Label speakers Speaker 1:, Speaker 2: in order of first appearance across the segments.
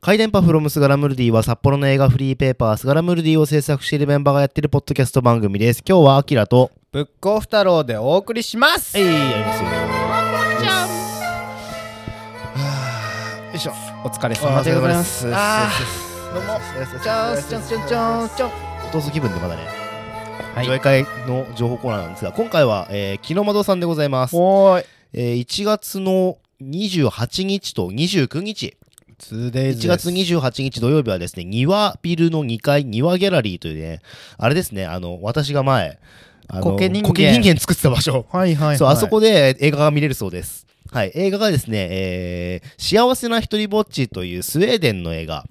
Speaker 1: 回電波フロムスガラムルディは札幌の映画フリーペーパースガラムルディを制作しているメンバーがやっているポッドキャスト番組です。今日はアキラと、
Speaker 2: ぶっこふ太郎でお送りします
Speaker 1: えい、ありますよ。よいしょ。
Speaker 2: お疲れ
Speaker 1: お
Speaker 2: 様
Speaker 1: 疲
Speaker 2: で
Speaker 1: れ様
Speaker 2: ござい
Speaker 1: で
Speaker 2: ます
Speaker 1: す。
Speaker 2: あ
Speaker 1: どうも。
Speaker 2: ーちょんすちょんすちょんちょんすちょん
Speaker 1: お父気分でまだね。
Speaker 2: はい
Speaker 1: 上映会の情報コーナーなんですが、今回は、えー、木の窓さんでございます。
Speaker 2: おーい
Speaker 1: えー、1月の28日と29日、
Speaker 2: 2 d a
Speaker 1: 1月28日土曜日はですね、庭ビルの2階、庭ギャラリーというね、あれですね、あの、私が前、あの
Speaker 2: 苔人間
Speaker 1: 苔人間作ってた場所。
Speaker 2: はいはいはい
Speaker 1: そう、あそこで映画が見れるそうです。はい、映画がですね、えー幸せな一人ぼっちというスウェーデンの映画。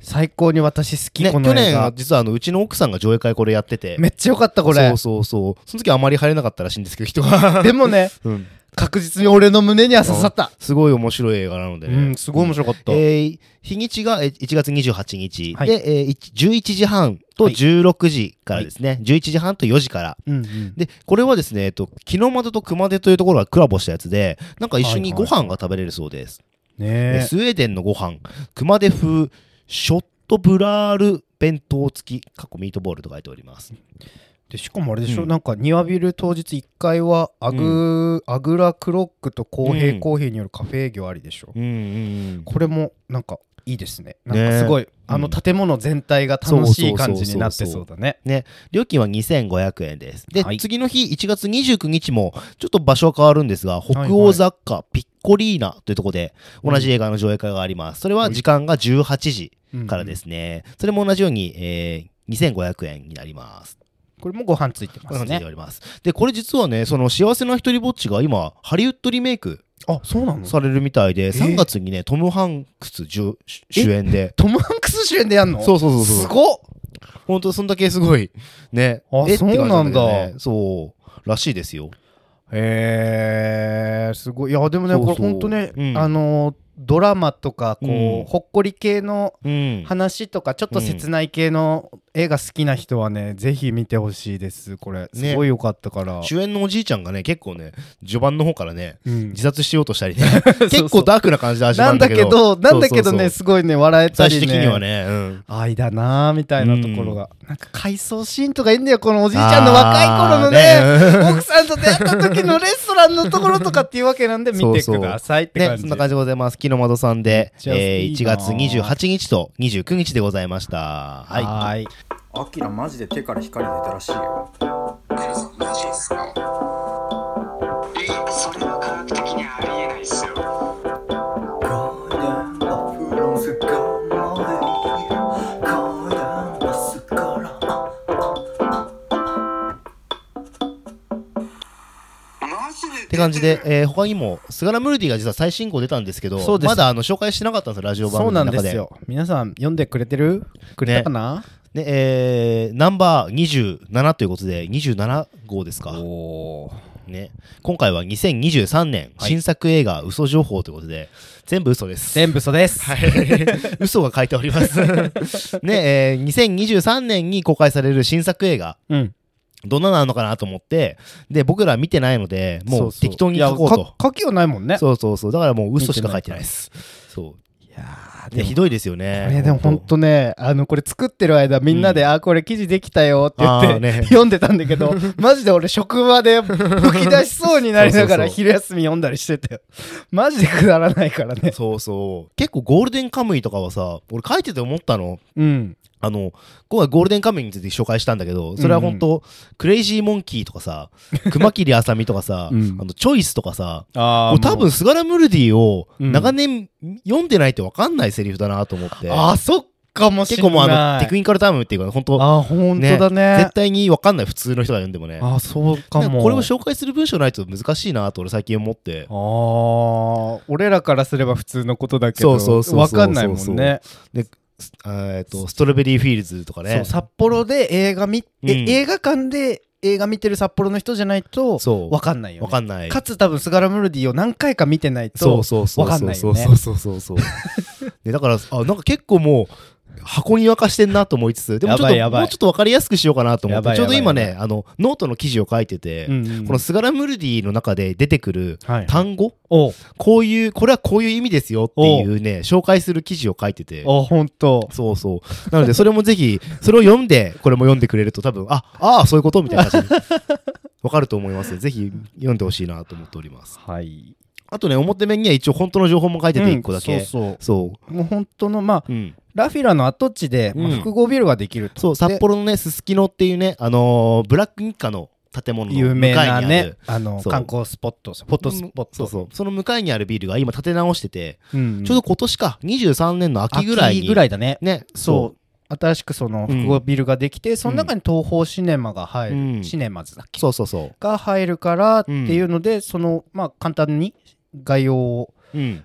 Speaker 2: 最高に私好き
Speaker 1: ね、去
Speaker 2: この映
Speaker 1: 年
Speaker 2: 画、
Speaker 1: 実はあのうちの奥さんが上映会これやってて
Speaker 2: めっちゃ良かったこれ
Speaker 1: そうそうそうその時あまり入れなかったらしいんですけど人が、
Speaker 2: でもね
Speaker 1: うん、
Speaker 2: 確実に俺の胸には刺さった
Speaker 1: すごい面白い映画なのでね、
Speaker 2: すごい面白かっ
Speaker 1: えー日にちがえー1月28日、
Speaker 2: はい
Speaker 1: で、えーいち11時半と
Speaker 2: はい
Speaker 1: 16時からですね、11時半と4時から
Speaker 2: うんうん
Speaker 1: でこれはですね、えっと、木の窓と熊手というところがコラボしたやつでなんか一緒に
Speaker 2: はいは
Speaker 1: ご
Speaker 2: い
Speaker 1: 飯が食べれるそうです、えー
Speaker 2: ね
Speaker 1: スウェーデンのご飯熊手風ショットブラール弁当付き過去ミートボールと書いております
Speaker 2: でしかもあれでしょ、
Speaker 1: うん
Speaker 2: なんか庭ビル当日1階はアグ,、アグラクロックと公平公平によるカフェ営業ありでしょ、
Speaker 1: うんうんうん
Speaker 2: これもなんかいいですねなん
Speaker 1: ね
Speaker 2: かすごい、あの建物全体が楽しい感じになってそうだね
Speaker 1: 料金は2500円です。で、
Speaker 2: はい
Speaker 1: 次の日1月29日もちょっと場所は変わるんですが
Speaker 2: いはい、
Speaker 1: 北欧雑貨ピッコリーナというところで同じ映画の上映会があります。それは時間が18時からですすね。それも同じように、えー2500円になります。
Speaker 2: これもご飯ついて
Speaker 1: こん
Speaker 2: ま
Speaker 1: な
Speaker 2: す
Speaker 1: 感じで
Speaker 2: ね
Speaker 1: おります。で、これ実はね、その幸せな一人ぼっちが今、ハリウッドリメイク
Speaker 2: あそうなの
Speaker 1: されるみたいで、
Speaker 2: ー
Speaker 1: 3月にね、トム・ハンクス主主演で。
Speaker 2: トム・ハンクス主演でやんの
Speaker 1: そうそうそうそう
Speaker 2: す。ごっ
Speaker 1: 本当そんだけすごい。ね。
Speaker 2: あ
Speaker 1: えって感じけどね
Speaker 2: そうなんだ
Speaker 1: そう。らしいですよ。
Speaker 2: へえすごいいやでもね
Speaker 1: そうそう
Speaker 2: これほんとね、
Speaker 1: うん
Speaker 2: あのドラマとかこう、
Speaker 1: うん
Speaker 2: ほっこり系の
Speaker 1: うん。
Speaker 2: 話とかちょっと切ない系の映画好きな人はね、ぜひ見てほしいですこれ
Speaker 1: ね
Speaker 2: すごい良かったから、
Speaker 1: 主演のおじいちゃんがね結構ね序盤の方からね
Speaker 2: うん
Speaker 1: 自殺しようとしたり ね結構ダークな感じで始ま
Speaker 2: な
Speaker 1: る
Speaker 2: ん
Speaker 1: んだ
Speaker 2: だ
Speaker 1: け
Speaker 2: け
Speaker 1: ど
Speaker 2: どなん
Speaker 1: そ
Speaker 2: だけど
Speaker 1: うそうそう
Speaker 2: ねすごいね笑えた
Speaker 1: 最
Speaker 2: り
Speaker 1: 終
Speaker 2: ね
Speaker 1: 的にはね、うん、
Speaker 2: 愛だなーみたいなところが、なんか回想シーンとかいいんだよこのお
Speaker 1: お
Speaker 2: じいちゃんの若い頃のね 奥さんと出会った時のレストランのところとかっていうわけなんで見てくださいって
Speaker 1: ね
Speaker 2: 感じ
Speaker 1: そんな感じでございます木の窓さんで、
Speaker 2: じゃあ
Speaker 1: えー、
Speaker 2: いい
Speaker 1: 1
Speaker 2: な
Speaker 1: 月28日と29日でございましたはい
Speaker 2: はーい
Speaker 3: アキラマジで手から光出たらしいよ
Speaker 4: えそんな事ですかえそれは科学的にはありえないですよ
Speaker 1: って感じで、えー、他にも「スガラムルディ」が実は最新号出たんですけど
Speaker 2: そうです
Speaker 1: まだあの紹介してなかったんですよラジオ番
Speaker 2: そう
Speaker 1: 組
Speaker 2: な
Speaker 1: の
Speaker 2: ん
Speaker 1: 中で
Speaker 2: ですよ皆さん読んでくれてるくれたかな、
Speaker 1: ねえーナンバー27ということで27号ですか
Speaker 2: お
Speaker 1: ね、今回は2023年新作映画嘘情報ということで、全部嘘です。
Speaker 2: 全部嘘です、
Speaker 1: はい嘘が書い ており ます。ね、えー2023年に公開される新作映画、
Speaker 2: うん
Speaker 1: どんなのなのかなと思って、で、僕ら見てないので、
Speaker 2: そ
Speaker 1: も
Speaker 2: う
Speaker 1: う
Speaker 2: そう
Speaker 1: 適当に書こう
Speaker 2: いや
Speaker 1: と
Speaker 2: か。書きようないもんね
Speaker 1: そうそうそう。だからもう嘘しか書いてないです。そう。
Speaker 2: いやー
Speaker 1: いやひどいですよね。
Speaker 2: ね、でも本当ねあのこれ作ってる間みんなで「あこれ記事できたよ」って言
Speaker 1: あ
Speaker 2: っ
Speaker 1: ー
Speaker 2: て、
Speaker 1: ね
Speaker 2: 読んでたんだ けどマジで俺職場で吹き出しそうになりながら
Speaker 1: そうそうそう
Speaker 2: 昼休み読んだりしてたよマジでくだらないからね
Speaker 1: そうそう。結構ゴールデンカムイとかはさ、俺書いてて思ったの。
Speaker 2: うん
Speaker 1: あの今回ゴールデンカムイについて紹介したんだけどそれは本当、クレイジーモンキーとか さ熊切あさみとかさ、
Speaker 2: うん
Speaker 1: あのチョイスとかさ
Speaker 2: あ
Speaker 1: もう多分スガラムルディを
Speaker 2: うん
Speaker 1: 長年読んでないって分かんないセリフだなと思って、
Speaker 2: あーそっかもしれ
Speaker 1: 結
Speaker 2: ない
Speaker 1: 構もうあのテクニカルタームっていうか本当
Speaker 2: あーほんとだね
Speaker 1: 絶対に分かんない普通の人が読んでもね
Speaker 2: あーそうか
Speaker 1: なん
Speaker 2: も
Speaker 1: かこれを紹介する文章ないと難しいなと俺最近思って
Speaker 2: あー俺らからすれば普通のことだけ
Speaker 1: そ
Speaker 2: ど
Speaker 1: うそうそうそう
Speaker 2: わかんないもんね
Speaker 1: あーえっとストロベリーフィールズとか
Speaker 2: そ
Speaker 1: ね
Speaker 2: う札幌で映画見、え
Speaker 1: うん
Speaker 2: 映画館で映画見てる札幌の人じゃないと
Speaker 1: そう
Speaker 2: わかんないよ、ね、
Speaker 1: 分かんない
Speaker 2: かつ多分スガラムルディを何回か見てないと
Speaker 1: そうそうそう
Speaker 2: わかんないよね
Speaker 1: そうそうそうそうそうねだからあなんか結構もう箱庭化してんなと思いつつ、でもちょっ
Speaker 2: やばい
Speaker 1: と、
Speaker 2: やばい
Speaker 1: もうちょっと分かりやすくしようかなと思っ
Speaker 2: やば
Speaker 1: て、
Speaker 2: い
Speaker 1: ちょうど
Speaker 2: や
Speaker 1: 今
Speaker 2: ばい
Speaker 1: ね、あの、ノートの記事を書いてて、このスガラムルディの中で出てくる
Speaker 2: はい
Speaker 1: 単語、
Speaker 2: お
Speaker 1: こういう、これはこういう意味ですよっていうね、紹介する記事を書いてて、
Speaker 2: お本当
Speaker 1: そうそう。なので、それもぜひ、それを読んで、これも読んでくれると、多分あああ、そういうことみたいな感 じにわかると思います。ぜひ読んでほしいなと思っております。
Speaker 2: はい
Speaker 1: あとね、表面には一応、本当の情報も書いてて、1個だけ。
Speaker 2: うんそう
Speaker 1: そ
Speaker 2: そうもう本当のまあ
Speaker 1: う。うん。
Speaker 2: ラフィラの跡地で、ま
Speaker 1: う
Speaker 2: あ
Speaker 1: ん
Speaker 2: 複合ビルができると
Speaker 1: そう、札幌のね、すすきのっていうね、あのーブラック日課の建物の
Speaker 2: 有
Speaker 1: 向かい
Speaker 2: 名
Speaker 1: にあ
Speaker 2: な
Speaker 1: る。
Speaker 2: ねあの
Speaker 1: そう
Speaker 2: 観光スポットフォトスポット
Speaker 1: そうそうその向かいにあるビルが今建て直してて、
Speaker 2: うん
Speaker 1: ちょうど今年か23年の秋ぐらいに
Speaker 2: 秋ぐらいだね
Speaker 1: ね
Speaker 2: そう新しくその複合ビルができて、その中に東宝シネマが入る、
Speaker 1: うん
Speaker 2: シネマズだっけ
Speaker 1: そうそうそ
Speaker 2: が入るからっていうので、そのまあ簡単に概要を
Speaker 1: ううん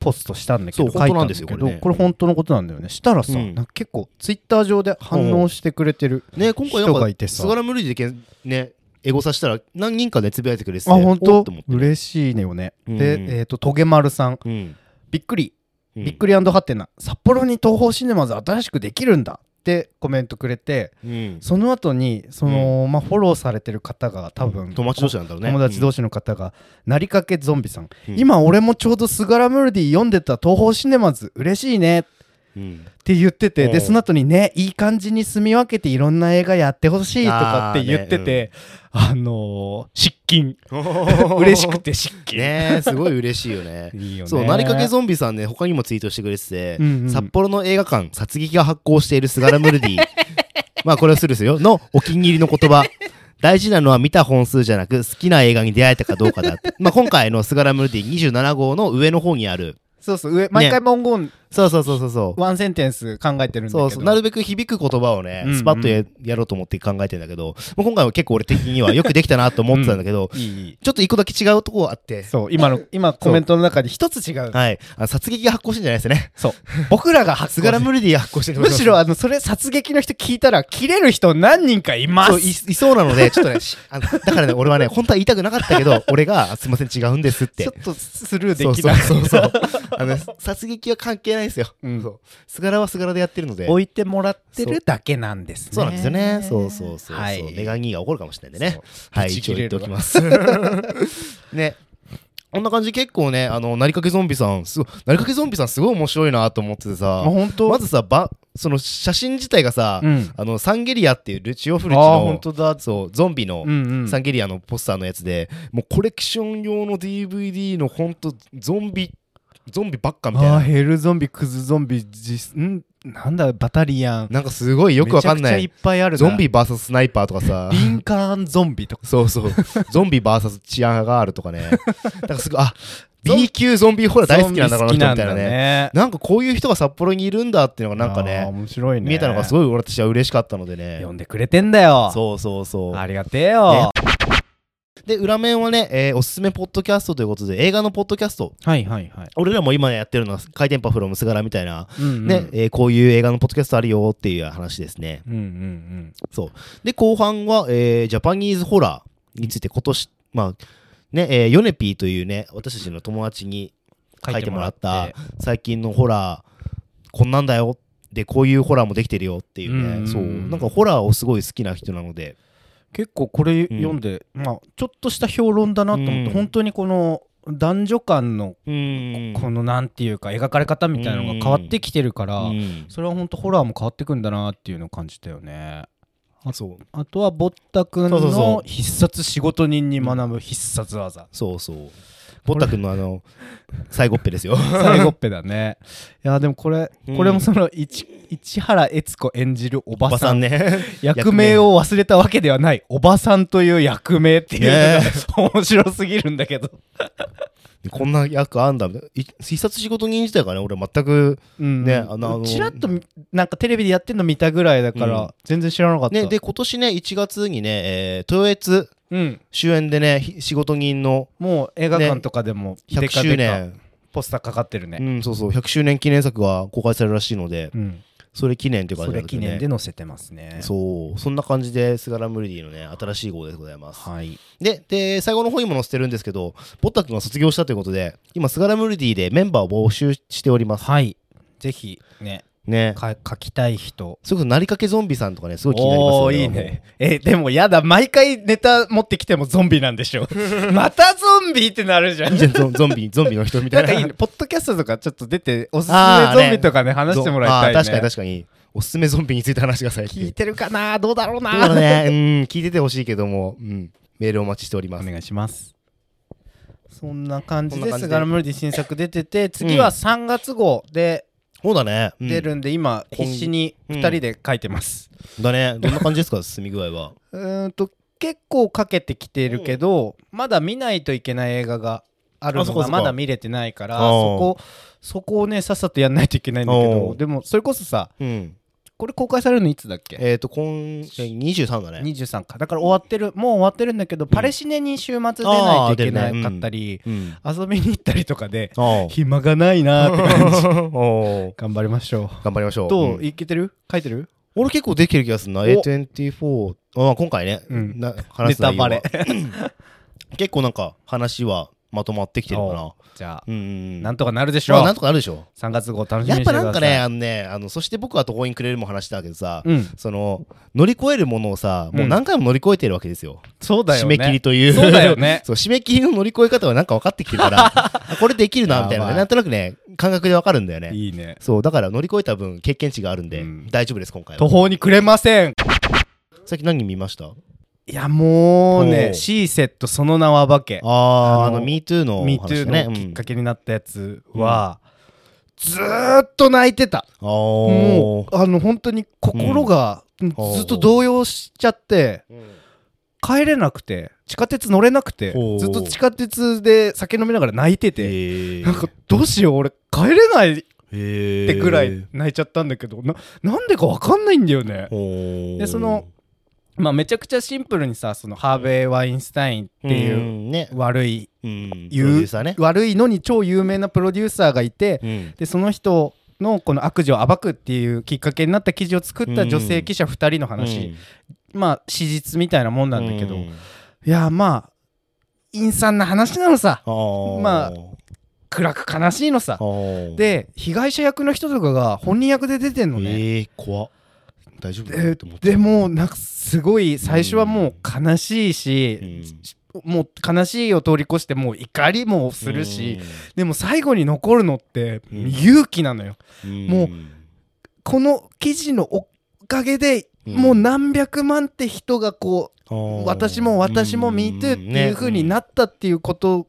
Speaker 2: ポストしたんだけど
Speaker 1: そう
Speaker 2: 書い
Speaker 1: 本当なん
Speaker 2: たん
Speaker 1: で
Speaker 2: だ
Speaker 1: す
Speaker 2: け
Speaker 1: よ
Speaker 2: ど
Speaker 1: こ
Speaker 2: こ
Speaker 1: れ
Speaker 2: れ,、
Speaker 1: ね
Speaker 2: 本当のことなんだよねしたらさ、
Speaker 1: うん
Speaker 2: なんか結構ツイッター上で反応してくれてる、
Speaker 1: ね今回なん
Speaker 2: 人
Speaker 1: か
Speaker 2: がいてさ
Speaker 1: 菅原無理でけんねエゴさしたら何人かでつぶやいてくれてて
Speaker 2: あ本
Speaker 1: おっ
Speaker 2: 当
Speaker 1: と思って
Speaker 2: 嬉しいねよね、
Speaker 1: うん
Speaker 2: でえっ、とトゲ丸さん
Speaker 1: うん
Speaker 2: びっくり
Speaker 1: うん
Speaker 2: びっくりハテナ札幌に東宝シネマズ新しくできるんだってコメントくれて
Speaker 1: うん
Speaker 2: その後にその、まあフォローされてる方が多分
Speaker 1: 友達同士なんだろうね
Speaker 2: 友達同士の方が、なりかけゾンビさん、
Speaker 1: うん
Speaker 2: 今俺もちょうど「スガラムルディ」読んでた東宝シネマズ嬉しいねっ
Speaker 1: うんうん
Speaker 2: て言ってて、
Speaker 1: うん
Speaker 2: でその後にねいい感じに住み分けていろんな映画やってほしいとかって言っててあ,、のー失 禁 嬉しくて失禁、
Speaker 1: ねすごい嬉しいよね
Speaker 2: いいよね
Speaker 1: そうなりかけゾンビさんね他にもツイートしてくれてて、
Speaker 2: うんうん
Speaker 1: 札幌の映画館殺撃が発行しているスガラムルディ まあこれはするですよのお気に入りの言葉大事なのは見た本数じゃなく好きな映画に出会えたかどうかだって、 まあ、今回のスガラムルディ27号の上の方にある
Speaker 2: そうそう上毎回文言
Speaker 1: そうそうそうそうそう
Speaker 2: ワンセンテンス考えてるんだけど
Speaker 1: そうそうなるべく響く言葉をね、
Speaker 2: うんうん
Speaker 1: スパッとややろうと思って考えてんだけど、まあ、今回は結構俺的にはよくできたなと思ってたんだけど、
Speaker 2: いいいい
Speaker 1: ちょっと一個だけ違うとこがあって、
Speaker 2: そう今の 今コメントの中で一つ違う
Speaker 1: はい、あの殺撃が発行してんじゃないですね。
Speaker 2: そう 僕らが発
Speaker 1: ス
Speaker 2: 行
Speaker 1: ガラムルディが発行してる
Speaker 2: むしろあのそれ殺撃の人聞いたら切れる人何人かいま
Speaker 1: そういい
Speaker 2: す
Speaker 1: そうなので、ちょっとね、しあのだからね、俺はね、本当は言いたくなかったけど、俺が、あすいません、違うんですって。
Speaker 2: ちょっとスルーで
Speaker 1: そう
Speaker 2: き
Speaker 1: そ
Speaker 2: な
Speaker 1: う
Speaker 2: い
Speaker 1: そうそう。あのね、殺撃は関係ないですよ。
Speaker 2: うん
Speaker 1: そう。スガラはスガラでやってるので。
Speaker 2: 置いてもらってるだけなんですね
Speaker 1: そうなんですよね。そうそうそうそう。
Speaker 2: はい
Speaker 1: メガニーが起こるかもしれないんでね。はい、
Speaker 2: ブチ
Speaker 1: 一
Speaker 2: 切
Speaker 1: 応言
Speaker 2: れ
Speaker 1: って
Speaker 2: る
Speaker 1: お
Speaker 2: わ
Speaker 1: きます。 ね。こんな感じで結構ね、あの、なりかけゾンビさん、すごい、なりかけゾンビさんすごい面白いなと思ってて
Speaker 2: あ
Speaker 1: さ、
Speaker 2: 本当
Speaker 1: まずさ、ば、その写真自体がさ、
Speaker 2: うん
Speaker 1: あの、サンゲリアっていうルチオフルチ
Speaker 2: あ本
Speaker 1: の、
Speaker 2: 当だ
Speaker 1: そう、ゾンビの、
Speaker 2: うんうん
Speaker 1: サンゲリアのポスターのやつで、もうコレクション用の DVD のほんとゾンビ、ゾンビばっかみたい
Speaker 2: あー
Speaker 1: な。
Speaker 2: ヘルゾンビクズゾンビジスんなんだバタリアン
Speaker 1: なんかすごいよくわかんな
Speaker 2: めちゃくちゃい
Speaker 1: い
Speaker 2: っ。ぱいあるな
Speaker 1: ゾンビ VS スナイパーとかさ。
Speaker 2: リンカーンゾンビとか
Speaker 1: そうそう。ゾンビ VS 治安があるとか ね。なんかすごい、あ
Speaker 2: ゾン
Speaker 1: B 級ゾンビホラー大好きなんだ、この
Speaker 2: ゾン
Speaker 1: 人
Speaker 2: ビ
Speaker 1: みた
Speaker 2: 好き
Speaker 1: いなね。
Speaker 2: ね
Speaker 1: なんかこういう人が札幌にいるんだっていうのがなんか
Speaker 2: あー
Speaker 1: ね、
Speaker 2: 面白いね
Speaker 1: 見えたのがす
Speaker 2: い
Speaker 1: ごい俺私は嬉しかったのでね
Speaker 2: 読。んでくれてんだよ
Speaker 1: そうそうそう。
Speaker 2: ありがてえよ
Speaker 1: で、裏面はね、えーおすすめポッドキャストということで、映画のポッドキャスト。
Speaker 2: はいはいはい
Speaker 1: 俺らも今やってるのは、回転パフロムスガラみたいな、
Speaker 2: うんうん
Speaker 1: ね、えーこういう映画のポッドキャストあるよっていう話ですね。
Speaker 2: うんうんうん
Speaker 1: そう。で、後半は、えージャパニーズホラーについて今年、まあ、ね、えーヨネピーというね、私たちの友達に書いてもらった、最近のホラー、こんなんだよ。で、こういうホラーもできてるよっていう
Speaker 2: うんうんう
Speaker 1: ね。
Speaker 2: ん
Speaker 1: そう。なんかホラーをすごい好きな人なので。
Speaker 2: 結構これ読んで、まあ、ちょっとした評論だなと思って、
Speaker 1: うん
Speaker 2: 本当にこの男女間の
Speaker 1: うん
Speaker 2: このなんていうか描かれ方みたいなのが変わってきてるから、
Speaker 1: うん
Speaker 2: それは本当ホラーも変わってくんだなっていうのを感じたよね。
Speaker 1: そう。
Speaker 2: あとはぼったくん
Speaker 1: そうそうそ
Speaker 2: の
Speaker 1: う
Speaker 2: 必殺仕事人に学ぶ必殺技
Speaker 1: そうそう。ぼったくんのあの、最後っぺですよ。
Speaker 2: 最後っぺ だねいやでもこれ
Speaker 1: うん
Speaker 2: これもその市市原悦子演じるお
Speaker 1: お
Speaker 2: ば
Speaker 1: ば
Speaker 2: さ
Speaker 1: さ
Speaker 2: ん
Speaker 1: んね。
Speaker 2: 役名を忘れたわけではないおばさんという役名っていう
Speaker 1: ね
Speaker 2: のが面白すぎるんだけど、
Speaker 1: こんな役あんだ。い必殺仕事人自体がね、俺全く、
Speaker 2: うん
Speaker 1: ねあのあの
Speaker 2: ちらっとみなんかテレビでやってんの見たぐらいだから、
Speaker 1: うん
Speaker 2: 全然知らなかった
Speaker 1: ね、で、今年ね、1月にね、えー東越
Speaker 2: うん、
Speaker 1: 主演でねひ仕事人の
Speaker 2: もう映画館とかでも
Speaker 1: 100周年、
Speaker 2: ポスターかかってるね、
Speaker 1: うんそうそう100周年記念作が公開されるらしいので、
Speaker 2: うん
Speaker 1: それ記念という感
Speaker 2: そ
Speaker 1: じな
Speaker 2: れ
Speaker 1: んです
Speaker 2: 記
Speaker 1: ね
Speaker 2: 念で載せてますね
Speaker 1: そうそんな感じでスガラムルディのね新しい号でございます
Speaker 2: はい
Speaker 1: でで最後の方にも載せてるんですけどぼったくんが卒業したということで今スガラムルディでメンバーを募集しております
Speaker 2: はいぜひね
Speaker 1: ね
Speaker 2: か書きたい人
Speaker 1: それこそなりかけゾンビさんとかねすごい気になりますよ
Speaker 2: おーいいねえでもやだ毎回ネタ持ってきてもゾンビなんでしょ またゾンビってなるじゃん
Speaker 1: いいじゃんゾンゾンビゾンビの人みた
Speaker 2: ない
Speaker 1: な
Speaker 2: んかいいねポッドキャストとかちょっと出ておすす
Speaker 1: あー
Speaker 2: め
Speaker 1: ね
Speaker 2: ゾンビとかね話してもらいたいね
Speaker 1: あー確かに確かにおすすめゾンビについて話が最
Speaker 2: 聞い
Speaker 1: 近
Speaker 2: てるかなどうだろう
Speaker 1: だから
Speaker 2: な
Speaker 1: ねうん聞いててほしいけども、うん、メールお待ちしておりま
Speaker 2: お
Speaker 1: す
Speaker 2: 願いしますそんな感
Speaker 1: こ
Speaker 2: じ
Speaker 1: んな
Speaker 2: で
Speaker 1: 感じ
Speaker 2: す
Speaker 1: で
Speaker 2: がら無理で新作出てて次は3月号で
Speaker 1: そうだね、うん
Speaker 2: 出るんで、今必死に2人で書いてます、
Speaker 1: だねどんな感じですか進み具合は
Speaker 2: うーんと結構かけてきてるけど、まだ見ないといけない映画がある
Speaker 1: あそ
Speaker 2: の
Speaker 1: うか
Speaker 2: が
Speaker 1: そうか
Speaker 2: まだ見れてないから
Speaker 1: あ
Speaker 2: そ
Speaker 1: ー
Speaker 2: こそこをねさっさとやんないといけないんだけ
Speaker 1: お
Speaker 2: ど
Speaker 1: ー
Speaker 2: でもそれこそさ
Speaker 1: うん
Speaker 2: これ公開されるのいつだっけ
Speaker 1: えっ、ー、と今え23だね
Speaker 2: 23かだから終わってるもう終わってるんだけどパレシネに週末出ないといけなかったり、
Speaker 1: うん
Speaker 2: 遊びに行ったりとかで
Speaker 1: ああ
Speaker 2: 暇がないなーって感 じ
Speaker 1: おー
Speaker 2: 頑張りましょ
Speaker 1: 頑張りましょ
Speaker 2: う
Speaker 1: う
Speaker 2: ど
Speaker 1: う
Speaker 2: うんいけてる書いてる
Speaker 1: 俺結構できてる気がするな
Speaker 2: お
Speaker 1: A24 あ今回ね、
Speaker 2: うん
Speaker 1: な
Speaker 2: ネ
Speaker 1: 話す
Speaker 2: タ
Speaker 1: 内容
Speaker 2: バ
Speaker 1: は
Speaker 2: レ
Speaker 1: 結構なんか話はまとまってきてるかな
Speaker 2: おじゃあ
Speaker 1: うんうん
Speaker 2: なん
Speaker 1: と
Speaker 2: とかなるでしょう
Speaker 1: まあなんとかあるでしょ
Speaker 2: 3月号楽しみ
Speaker 1: やっ
Speaker 2: にして
Speaker 1: ぱ
Speaker 2: ください
Speaker 1: なんかねあのねあのそして僕は途方に暮れるも話したけどさ、
Speaker 2: うん
Speaker 1: その乗り越えるものをさもう何回も乗り越えてるわけですよ、
Speaker 2: そうだよ
Speaker 1: 締
Speaker 2: ね
Speaker 1: め切りという
Speaker 2: そうだよね
Speaker 1: そう締め切りの乗り越え方はなんか分かってきてる からあこれできるなみたいな
Speaker 2: やば
Speaker 1: ね
Speaker 2: い
Speaker 1: なんとなくね感覚で分かるんだよね
Speaker 2: いいね
Speaker 1: そうだから乗り越えた分経験値があるんで、
Speaker 2: うん
Speaker 1: 大丈夫です今回
Speaker 2: 途
Speaker 1: は
Speaker 2: 方にくれません
Speaker 1: さっき何見ました
Speaker 2: いや
Speaker 1: お
Speaker 2: もう
Speaker 1: う
Speaker 2: ね C セットその名は化け
Speaker 1: あーあ
Speaker 2: あの
Speaker 1: の MeToo のお
Speaker 2: MeToo
Speaker 1: 話だね
Speaker 2: のきっか
Speaker 1: け、
Speaker 2: けになったやつは、ずーっと泣いてた
Speaker 1: うん、お
Speaker 2: もうあの本当に心が
Speaker 1: おう
Speaker 2: ずっと動揺しちゃって帰れなくて地下鉄乗れなくて
Speaker 1: おう
Speaker 2: ずっと地下鉄で酒飲みながら泣いてて
Speaker 1: え
Speaker 2: なんかどうしよう俺帰れないっ
Speaker 1: え
Speaker 2: てぐらい泣いちゃったんだけどななんでか分かんないんだよね。でそのまあめちゃくちゃシンプルにさそのハーベイ・ワインスタインっていう
Speaker 1: うんね、
Speaker 2: 悪い
Speaker 1: うん、
Speaker 2: 言
Speaker 1: プ
Speaker 2: う
Speaker 1: ロデューサーね、
Speaker 2: 悪いのに超有名なプロデューサーがいて
Speaker 1: うん
Speaker 2: でその人のこの悪事を暴くっていうきっかけになった記事を作った女性記者2人の話、まあ史実みたいなもんなんだけど、
Speaker 1: う
Speaker 2: いやまあ陰惨な話なのさ
Speaker 1: あー
Speaker 2: ま暗く悲しいのさ
Speaker 1: あー
Speaker 2: で被害者役の人とかが本人役で出てんのね、
Speaker 1: ええ怖っ大丈夫
Speaker 2: で
Speaker 1: と思って
Speaker 2: でもなんかすごい最初はもう悲しいし、もう悲しいを通り越してもう怒りもするし、でも最後に残るのって
Speaker 1: うん
Speaker 2: 勇気なのよ。
Speaker 1: うん
Speaker 2: もうこの記事のおかげで
Speaker 1: うん
Speaker 2: もう何百万って人がこ
Speaker 1: あ
Speaker 2: う、
Speaker 1: ー
Speaker 2: 私も私も
Speaker 1: うん
Speaker 2: MeToo っていう風にな
Speaker 1: っ
Speaker 2: ったっていうこと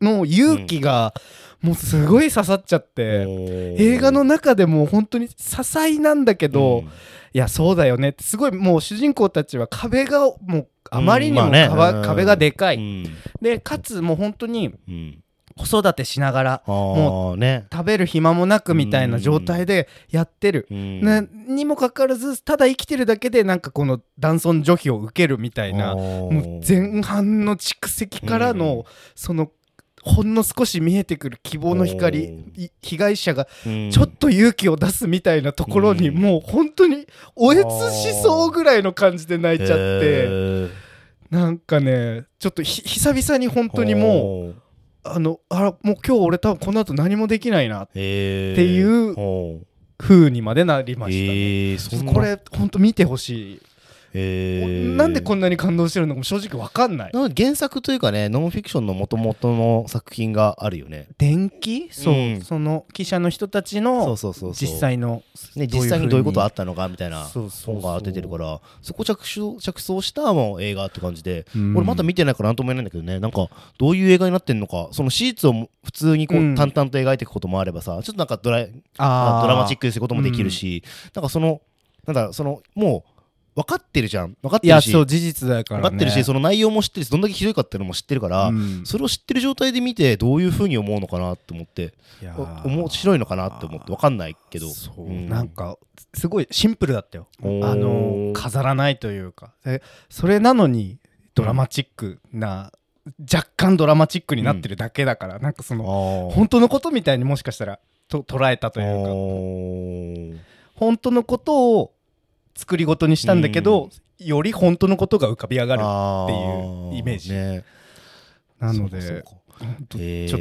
Speaker 2: の勇気がもうすごい刺さっちゃって、映
Speaker 1: 映
Speaker 2: 画の中でも本当に些細なんだけ
Speaker 1: う
Speaker 2: ど、
Speaker 1: ん
Speaker 2: いやそうだよねってすごいもう主人公たちは壁がもうあまりに
Speaker 1: う
Speaker 2: も
Speaker 1: んまあね
Speaker 2: かわ
Speaker 1: うん
Speaker 2: 壁がでか
Speaker 1: う
Speaker 2: い。
Speaker 1: ん
Speaker 2: でかつもう本当に
Speaker 1: うん
Speaker 2: 子育てしながら
Speaker 1: あもうね
Speaker 2: 食べる暇もなくみたいな状態でやってる。
Speaker 1: うん
Speaker 2: なにもかかわらずただ生きてるだけでなんかこの男尊女卑を受けるみたいな
Speaker 1: あー
Speaker 2: もう前半の蓄積から
Speaker 1: うん
Speaker 2: のそのほんの少し見えてくる希望の光
Speaker 1: おー
Speaker 2: い被害者が
Speaker 1: うん
Speaker 2: ちょっと勇気を出すみたいなところに
Speaker 1: うん
Speaker 2: もう本当におえつしそうぐらいの感じで泣いちゃ
Speaker 1: へ
Speaker 2: って
Speaker 1: ー
Speaker 2: なんかねちょっとひ久々に本当にもう
Speaker 1: う
Speaker 2: あのあらもう今日俺多分この後何もできないなっ
Speaker 1: え
Speaker 2: ていう
Speaker 1: ほう
Speaker 2: 風にまでなりましたね。
Speaker 1: えーそんな
Speaker 2: これ本当見てほしい
Speaker 1: えー
Speaker 2: なんでこんなに感動してるのかも正直わかんない。
Speaker 1: なんか原作というかねノンフィクションの元々の作品があるよね
Speaker 2: 電気そう、
Speaker 1: うん
Speaker 2: その記者の人たち
Speaker 1: そ
Speaker 2: の
Speaker 1: うそうそうそう
Speaker 2: 実際の
Speaker 1: ね、実際にどういうことあ
Speaker 2: っ
Speaker 1: ったのかみたいな
Speaker 2: そうそうそう
Speaker 1: 本が出てるからそこ着想着想したもう映画って感じで、
Speaker 2: うん
Speaker 1: 俺まだ見てないからなんとも言えないんだけどねなんかどういう映画になってんのかその史実を普通にこう
Speaker 2: うん
Speaker 1: 淡々と描いていくこともあればさ、ちょっとなんかドライ
Speaker 2: あー
Speaker 1: ドラマチックにすることもできるし、なんかそのなんだろうそのもう分かってるじゃん分かっ
Speaker 2: い
Speaker 1: て
Speaker 2: や
Speaker 1: るし、
Speaker 2: そう事実だから、
Speaker 1: 分
Speaker 2: ね、
Speaker 1: かってるしその内容も知ってるしどんだけひどいかっていうのも知ってるから、
Speaker 2: うん
Speaker 1: それを知ってる状態で見てどういうふうに思うのかなと思って
Speaker 2: いや
Speaker 1: お
Speaker 2: ー
Speaker 1: 面白いのかなって思って分かんないけど
Speaker 2: そう、
Speaker 1: うん
Speaker 2: なんかすごいシンプルだったよあ
Speaker 1: おー
Speaker 2: の飾らないというかでそれなのにドラマチックな、若干ドラマチックになってるだけだから、なんかその
Speaker 1: ほ
Speaker 2: 本当のことみたいにもしかしたらと捉えたというか
Speaker 1: いうか
Speaker 2: 本当のことを作り事にしたんだけど、より本当のことが浮かび上がる
Speaker 1: あ
Speaker 2: っていうイメージ
Speaker 1: ね、
Speaker 2: なの
Speaker 1: そうか
Speaker 2: で
Speaker 1: そうかち
Speaker 2: ちょっ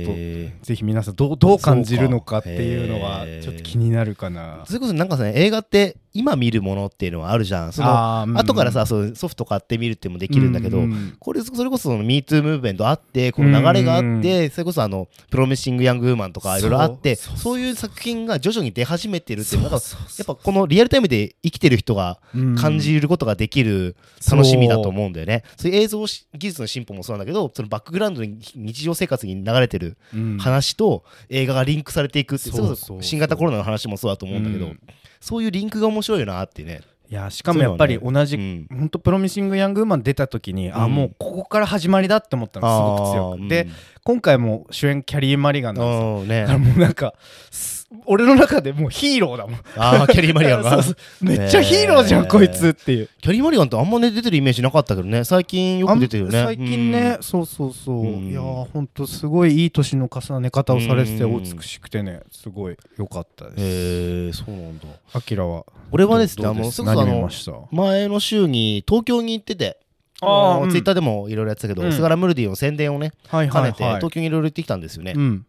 Speaker 2: とぜひ皆さんどうどう感じるのかっていうの
Speaker 1: そ
Speaker 2: は
Speaker 1: うかへー
Speaker 2: ちょっと気になるかな。
Speaker 1: それこそなんかさ映画って今見るものっていうのはあるじゃんその
Speaker 2: あーうん
Speaker 1: 後からさそうソフト買ってみるっていうのもできるんだけど、
Speaker 2: ううん
Speaker 1: これそれこそその MeToo ムーブメントあってこの流れがあって、
Speaker 2: うんうん
Speaker 1: それこそあのプロミシング・ヤング・ウーマンとかいろいろあって
Speaker 2: そ
Speaker 1: そうう
Speaker 2: そう
Speaker 1: いう作品が徐々に出始めてるっていうのがや
Speaker 2: そうそうそう
Speaker 1: っぱこのリアルタイムで生きてる人が感じることができる楽しみだと思うんだよね、そういう映像し技術の進歩もそうなんだけどそのバックグラウンドに日常生活に流れてる
Speaker 2: うん
Speaker 1: 話と映画がリンクされていくって
Speaker 2: そうそうそう
Speaker 1: それこそ新型コロナの話もそうだと思うんだけど、
Speaker 2: うん
Speaker 1: そういうリンクが面白いよなってね。
Speaker 2: いやしかもやっぱり同
Speaker 1: う
Speaker 2: じ
Speaker 1: ん
Speaker 2: 本当プロミシング・ヤング・ウーマン出た時に、あ
Speaker 1: うん
Speaker 2: もうここから始まりだって思ったのすごく強く、
Speaker 1: あー
Speaker 2: で今回も主演キャリー・マリガ
Speaker 1: うん
Speaker 2: ンなんですよ
Speaker 1: うん
Speaker 2: だから
Speaker 1: ね、
Speaker 2: もうなんかす俺の中でもうヒーローだもん
Speaker 1: あーキャリー・マリガン
Speaker 2: そ
Speaker 1: が
Speaker 2: うそうめっちゃヒーローじゃん、
Speaker 1: ねえ
Speaker 2: こいつっていう
Speaker 1: キャリー・マリガンってあんまね出てるイメージなかったけどね最近よく出てるよね
Speaker 2: あん最近ね、そうそうそう、
Speaker 1: うん
Speaker 2: いやーほんとすごいいい年の重ね方をされてて
Speaker 1: うん
Speaker 2: お美しくてねすごい良かった
Speaker 1: うん
Speaker 2: です
Speaker 1: へえそうなんだ
Speaker 2: アキラは
Speaker 1: 俺はですね
Speaker 2: ど
Speaker 1: あ
Speaker 2: うで
Speaker 1: の
Speaker 2: す
Speaker 1: それこそあ
Speaker 2: 何見
Speaker 1: の
Speaker 2: ました
Speaker 1: 前の週に東京に行ってて
Speaker 2: あー
Speaker 1: あ
Speaker 2: うん
Speaker 1: のツイッターでもいろいろやってたけど、
Speaker 2: うん
Speaker 1: スガラムルディの宣伝をね
Speaker 2: はい
Speaker 1: 兼
Speaker 2: はい
Speaker 1: ねて
Speaker 2: はい
Speaker 1: 東京にいろいろ行ってきたんですよね、
Speaker 2: うん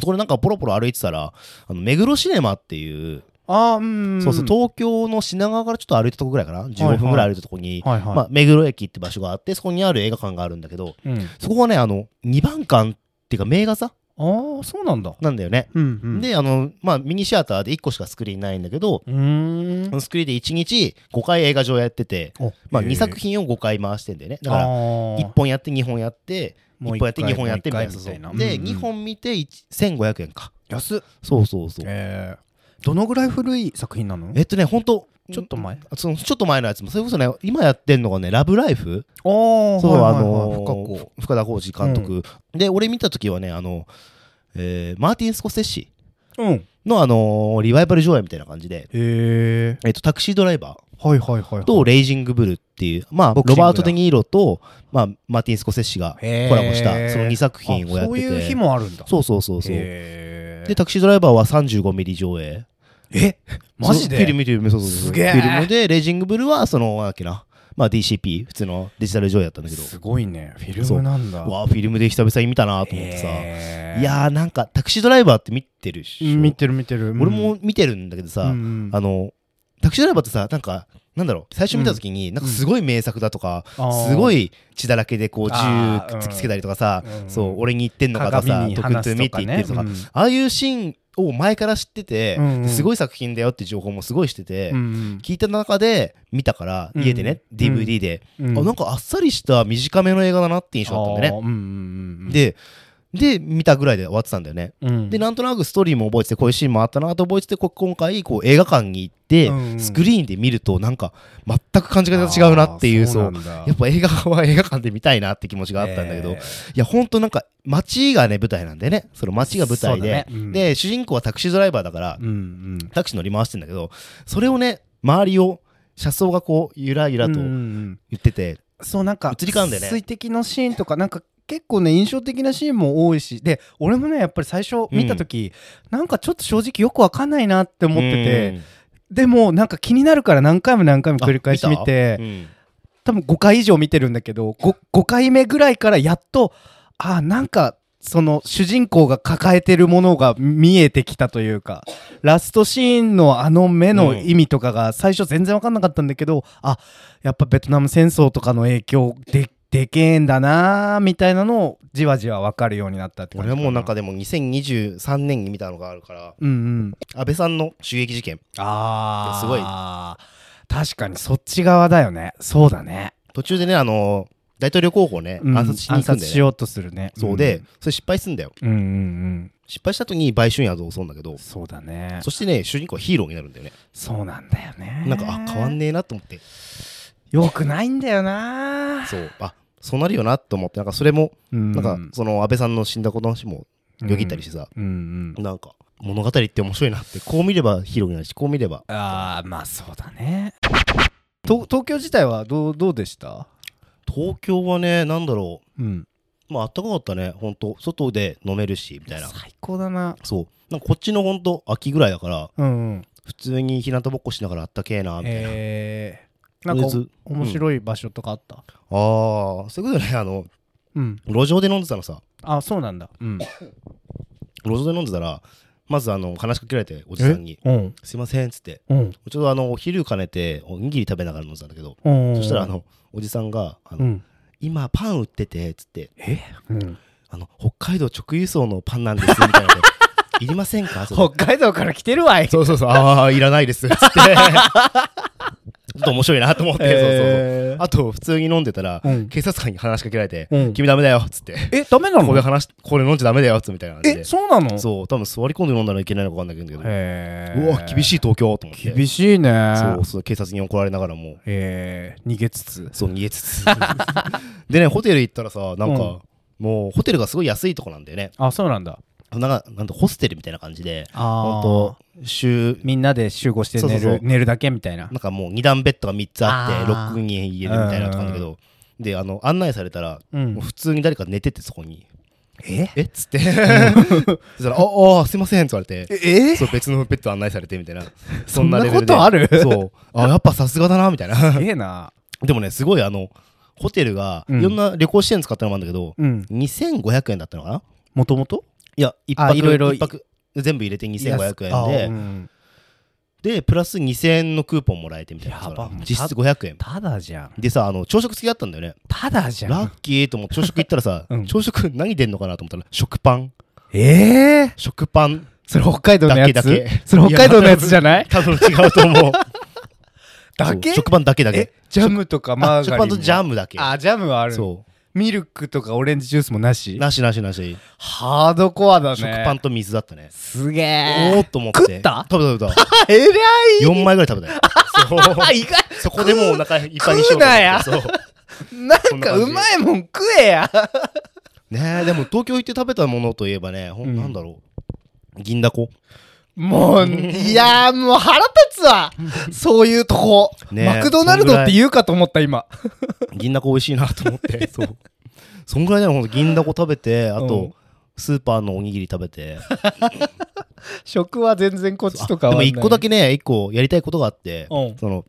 Speaker 1: そこでなんかポロポロ歩いてたらあの目黒シネマっていう、
Speaker 2: あーうん
Speaker 1: そうそう東京の品川からちょっと歩いたとこぐらいかな15分ぐらい歩いたとこに、
Speaker 2: はいはい、
Speaker 1: まあ、目黒駅って場所があってそこにある映画館があるんだけど
Speaker 2: うん、
Speaker 1: そこがねあの2番館っていうか名画座
Speaker 2: ああそうなんだ
Speaker 1: なんだよね
Speaker 2: うんうん
Speaker 1: であの、まあ、ミニシアターで1個しかスクリーンないんだけど
Speaker 2: うーん
Speaker 1: そのスクリーンで1日5回映画上やってて、
Speaker 2: お
Speaker 1: まあ、
Speaker 2: へー
Speaker 1: 2作品を5回回してんだよねだ
Speaker 2: あ
Speaker 1: から
Speaker 2: ー
Speaker 1: 1本やって2本やって
Speaker 2: もう
Speaker 1: 1
Speaker 2: 一
Speaker 1: 本やって2本やってみたい
Speaker 2: 回もう
Speaker 1: な
Speaker 2: 一回
Speaker 1: そうそう
Speaker 2: みたいな
Speaker 1: で
Speaker 2: うんうん
Speaker 1: 2本見て1 1500円か
Speaker 2: 安っ
Speaker 1: そうそうそう
Speaker 2: えー、どのぐらい古い作品なの
Speaker 1: えっとねほんと
Speaker 2: ちょっと前
Speaker 1: そのちょっと前のやつもそれこそね今やってんのがね「ラブライフ」
Speaker 2: お
Speaker 1: そう、
Speaker 2: はいはいは
Speaker 1: あ
Speaker 2: い
Speaker 1: の
Speaker 2: 深
Speaker 1: ー
Speaker 2: 子
Speaker 1: 深田浩二監督、で俺見た時はねあの、えーマーティン・スコセッシ
Speaker 2: うんへ
Speaker 1: の、あのーリバイバル上映みたいな感じで、
Speaker 2: え
Speaker 1: えっとタクシードライバ
Speaker 2: はいはいはいはい
Speaker 1: ーとレイジング・ブルっていう、まあ、
Speaker 2: ボ
Speaker 1: ロ
Speaker 2: クシングだ
Speaker 1: バート・デ・ニーロと、まあ、マーティン・スコセッシがコ
Speaker 2: へー
Speaker 1: ラボしたその2作品をやってて
Speaker 2: あそういう日もあるんだ
Speaker 1: そうそうそうそう
Speaker 2: へ
Speaker 1: でタクシードライバーは35ミリ上映
Speaker 2: ーえマジで
Speaker 1: そうフィルムフィルムそうそうそう
Speaker 2: すげえ
Speaker 1: フィルムでレイジング・ブルはそのなんだっけな、まあ、DCP 普通のデジタル上映だったんだけど
Speaker 2: すごいねフィルムなんだ
Speaker 1: うわあフィルムで久々に見たなと思ってさ、
Speaker 2: へー
Speaker 1: いやーなんかタクシードライバーって見てるっしょ
Speaker 2: 見てる見てる
Speaker 1: 俺も見てるんだけどさ、あ
Speaker 2: の
Speaker 1: のタクシードライバーってさなんかなんだろう最初見た時に、なんかすごい名作だとか、すご
Speaker 2: い
Speaker 1: い血だらけでこう銃
Speaker 2: あー
Speaker 1: 突きつけたりとかさ、
Speaker 2: うん
Speaker 1: そう俺に言ってんのかとかさ
Speaker 2: 鏡に
Speaker 1: 特訓
Speaker 2: 話
Speaker 1: トゥ
Speaker 2: す
Speaker 1: ーミー
Speaker 2: とか
Speaker 1: って言
Speaker 2: ね
Speaker 1: ってるとか、
Speaker 2: うん
Speaker 1: ああいうシーンを前から知ってて、
Speaker 2: うんうん
Speaker 1: すごい作品だよって情報もすごいしてて、
Speaker 2: うん
Speaker 1: 聞いた中で見たから
Speaker 2: うん
Speaker 1: 家でね、
Speaker 2: うん
Speaker 1: DVD で、
Speaker 2: うん
Speaker 1: あなんかあっさりした短めの映画だなって印象だったんだよね
Speaker 2: あーうんうんうん
Speaker 1: でで見たぐらいで終わってたんだよね、
Speaker 2: うん
Speaker 1: でなんとなくストーリーも覚えててこういうシーンもあったなと覚えててこ今回こう映画館に行って、
Speaker 2: うん
Speaker 1: スクリーンで見るとなんか全く感じ方が違うなっていう
Speaker 2: あー
Speaker 1: そう
Speaker 2: なんだ
Speaker 1: やっぱ映画は映画館で見たいなって気持ちがあったんだけど、
Speaker 2: えー
Speaker 1: いやほんとなんか街がね舞台なんだよねその街が舞台で、
Speaker 2: そうだねうん
Speaker 1: で主人公はタクシードライバーだから、
Speaker 2: うんうん
Speaker 1: タクシー乗り回してんだけどそれをね周りを車窓がこうゆらゆらと
Speaker 2: うんうんう
Speaker 1: 言
Speaker 2: ん
Speaker 1: ってて、
Speaker 2: そうなんか
Speaker 1: 移り変わるんだよね
Speaker 2: 水滴のシーンとかなんか結構ね印象的なシーンも多いしで俺もねやっぱり最初見た時、なんかちょっと正直よくわかんないなって思ってて、でもなんか気になるから何回も何回も繰り返し見て
Speaker 1: うん、うん
Speaker 2: 多分5回以上見てるんだけど 5, 5回目ぐらいからやっとあーなんかその主人公が抱えてるものが見えてきたというかラストシーンのあの目の意味とかが最初全然分かんなかったんだけどあやっぱベトナム戦争とかの影響ででけえんだなーみたいなのをじわじわ分かるようになったって感じ
Speaker 1: 俺
Speaker 2: か
Speaker 1: はもうなんかでも2023年に見たのがあるから
Speaker 2: うんうん
Speaker 1: 安倍さんの襲撃事件
Speaker 2: あー
Speaker 1: すごい
Speaker 2: 確かにそっち側だよねそうだね、
Speaker 1: 途中でねあの大統領候補をね
Speaker 2: うん
Speaker 1: 暗殺しに行くん
Speaker 2: 暗
Speaker 1: だ
Speaker 2: 殺
Speaker 1: よ
Speaker 2: し
Speaker 1: ね、
Speaker 2: ようとするね
Speaker 1: そうで、それ失敗すんだよ
Speaker 2: うんうんうん
Speaker 1: 失敗した時に売春宿を襲うんだけど
Speaker 2: そうだね
Speaker 1: そしてね主人公はヒーローになるんだよね
Speaker 2: そうなんだよね
Speaker 1: なんかあ変わんねえなと思って
Speaker 2: よくないんだよな
Speaker 1: そうあそうなるよなと思ってなんかそれも
Speaker 2: な
Speaker 1: なんかその安倍さんの死んだことの話もよぎったりしてさ、
Speaker 2: うんうん
Speaker 1: なんか物語って面白いなってこう見ればヒーローになるしこう見れば
Speaker 2: ああまあそうだね東東京自体はどうどうでした
Speaker 1: 東京はねなんだろ
Speaker 2: うん
Speaker 1: うまああったかかったねほんと外で飲めるしみたいな
Speaker 2: 最高だな
Speaker 1: そうなんかこっちのほんと秋ぐらいだから
Speaker 2: うんうん
Speaker 1: 普通に日向ぼっこしながらあったけえなみたいな、
Speaker 2: えーなんか
Speaker 1: とりあえず
Speaker 2: お面白い場所とかあった
Speaker 1: ああそういうことねあの
Speaker 2: うん。
Speaker 1: 路上で飲んでたのさ
Speaker 2: あ、そうなんだ。うん。
Speaker 1: 路上で飲んでたらまずあの話しかけられておじさんに
Speaker 2: うん。
Speaker 1: 「すいません」っつって
Speaker 2: うん。
Speaker 1: ちょうどあのお昼兼ねておにぎり食べながら飲んでたんだけど
Speaker 2: うん。
Speaker 1: そしたらあ、のおじさんがあ
Speaker 2: う
Speaker 1: の
Speaker 2: ん。
Speaker 1: 「今パン売ってて」っつって
Speaker 2: うん。
Speaker 1: 「あの北海道直輸送のパンなんです」みたいなので「 いりませんか?」それ
Speaker 2: 北海道から来てるわい。
Speaker 1: そうそうそう、 ああ、いらない です、つって。ちょっと面白いなと思って、
Speaker 2: え
Speaker 1: そ
Speaker 2: ー
Speaker 1: うそうそう。あと、普通に飲んでたら、
Speaker 2: うん
Speaker 1: 警察官に話しかけられて、
Speaker 2: うん
Speaker 1: 君ダメだよ、つって。
Speaker 2: え、ダメな
Speaker 1: これ
Speaker 2: の
Speaker 1: 話、これ飲んじゃダメだよ、つみたいな感じで。
Speaker 2: え、そうなのう。
Speaker 1: そう、多分座り込んで飲んだらいけないのかわかんないけど、う
Speaker 2: へー
Speaker 1: わ、厳しい東京、と思って。
Speaker 2: 厳しいね。
Speaker 1: そうそう、警察に怒られながらも、
Speaker 2: えー、逃げつつ。
Speaker 1: そう、逃げつつ。でね、ホテル行ったらさ、なん
Speaker 2: うん
Speaker 1: か、もうホテルがすごい安いとこなんだよね。
Speaker 2: あ、そうなんだ。
Speaker 1: なんか、なんとホステルみたいな感じで、ほ
Speaker 2: あ
Speaker 1: ん
Speaker 2: ー
Speaker 1: と、週
Speaker 2: みんなで集合して寝る
Speaker 1: そうそうそう
Speaker 2: 寝るだけみたいな
Speaker 1: なん。かもう2段ベッドが3つあって
Speaker 2: あー
Speaker 1: 6人入れるみたいなとこなんだけどであの案内されたら、
Speaker 2: うん
Speaker 1: もう普通に誰か寝ててそこに
Speaker 2: え
Speaker 1: 「えっ?」つ ってそしたら「ああすいません」って言われて
Speaker 2: え
Speaker 1: そう別のベッド案内されてみたいな
Speaker 2: そんなことある
Speaker 1: そうあやっぱさすがだなみたいな
Speaker 2: すげえな。
Speaker 1: でもねすごいあのホテルが
Speaker 2: うん
Speaker 1: いろんな旅行支援使ったのもあるんだけど、
Speaker 2: うん。
Speaker 1: 2500円だったのかな
Speaker 2: もともと
Speaker 1: いや一
Speaker 2: あ
Speaker 1: 泊
Speaker 2: いろいろ
Speaker 1: 一泊全部入れて2500
Speaker 2: 安あーう
Speaker 1: 円
Speaker 2: ん
Speaker 1: ででプラス2000円のクーポンもらえてみたいな
Speaker 2: やば
Speaker 1: その実質500円
Speaker 2: ただじゃん。
Speaker 1: でさあの朝食付きだったんだよね
Speaker 2: ただじゃ
Speaker 1: ラ
Speaker 2: ん
Speaker 1: ッ。キーと思 って朝食行ったらさ、
Speaker 2: うん
Speaker 1: 朝食何出んのかなと思ったら食パン
Speaker 2: えー、
Speaker 1: 食パン
Speaker 2: それ北海道のやつ
Speaker 1: だけだけ
Speaker 2: それ北海道のやつじゃない
Speaker 1: 多分違うと思う
Speaker 2: だけ
Speaker 1: そう食パンだけだ
Speaker 2: え
Speaker 1: け
Speaker 2: ジャムとかマーガリ
Speaker 1: あ
Speaker 2: ン
Speaker 1: 食パンとジャ
Speaker 2: ム
Speaker 1: ムだけ
Speaker 2: あジャムはある
Speaker 1: そ
Speaker 2: ミルクとかオレンジジュースもな
Speaker 1: う
Speaker 2: し
Speaker 1: なしなしなし
Speaker 2: ハードコアだね
Speaker 1: 食パンと水だったね
Speaker 2: すげ
Speaker 1: お
Speaker 2: え
Speaker 1: ーっと思って
Speaker 2: 食った
Speaker 1: 食べた食べ た
Speaker 2: えら い
Speaker 1: 4枚ぐらい食 べたよ
Speaker 2: あ
Speaker 1: そう
Speaker 2: 意外
Speaker 1: そこでもうお腹いっぱいにしようと思って
Speaker 2: 食うなや
Speaker 1: そう
Speaker 2: なん
Speaker 1: んな
Speaker 2: か
Speaker 1: 感じ
Speaker 2: うまいもん食えや
Speaker 1: ねえでも東京行って食べたものといえばねほん、
Speaker 2: うん
Speaker 1: なんだろう銀だこ
Speaker 2: もう、いやーもう腹立つわそういうとこ、
Speaker 1: ねえ
Speaker 2: マクドナルドって言うかと思った今
Speaker 1: 銀だこ美味しいなと思って そうそんぐらいだよほんと銀だこ食べてあと、
Speaker 2: うん
Speaker 1: スーパーのおにぎり食べ て
Speaker 2: 食は全然こっちとか
Speaker 1: あで
Speaker 2: は
Speaker 1: も一個だ
Speaker 2: け
Speaker 1: けね一個やりたいことがあって
Speaker 2: うん
Speaker 1: その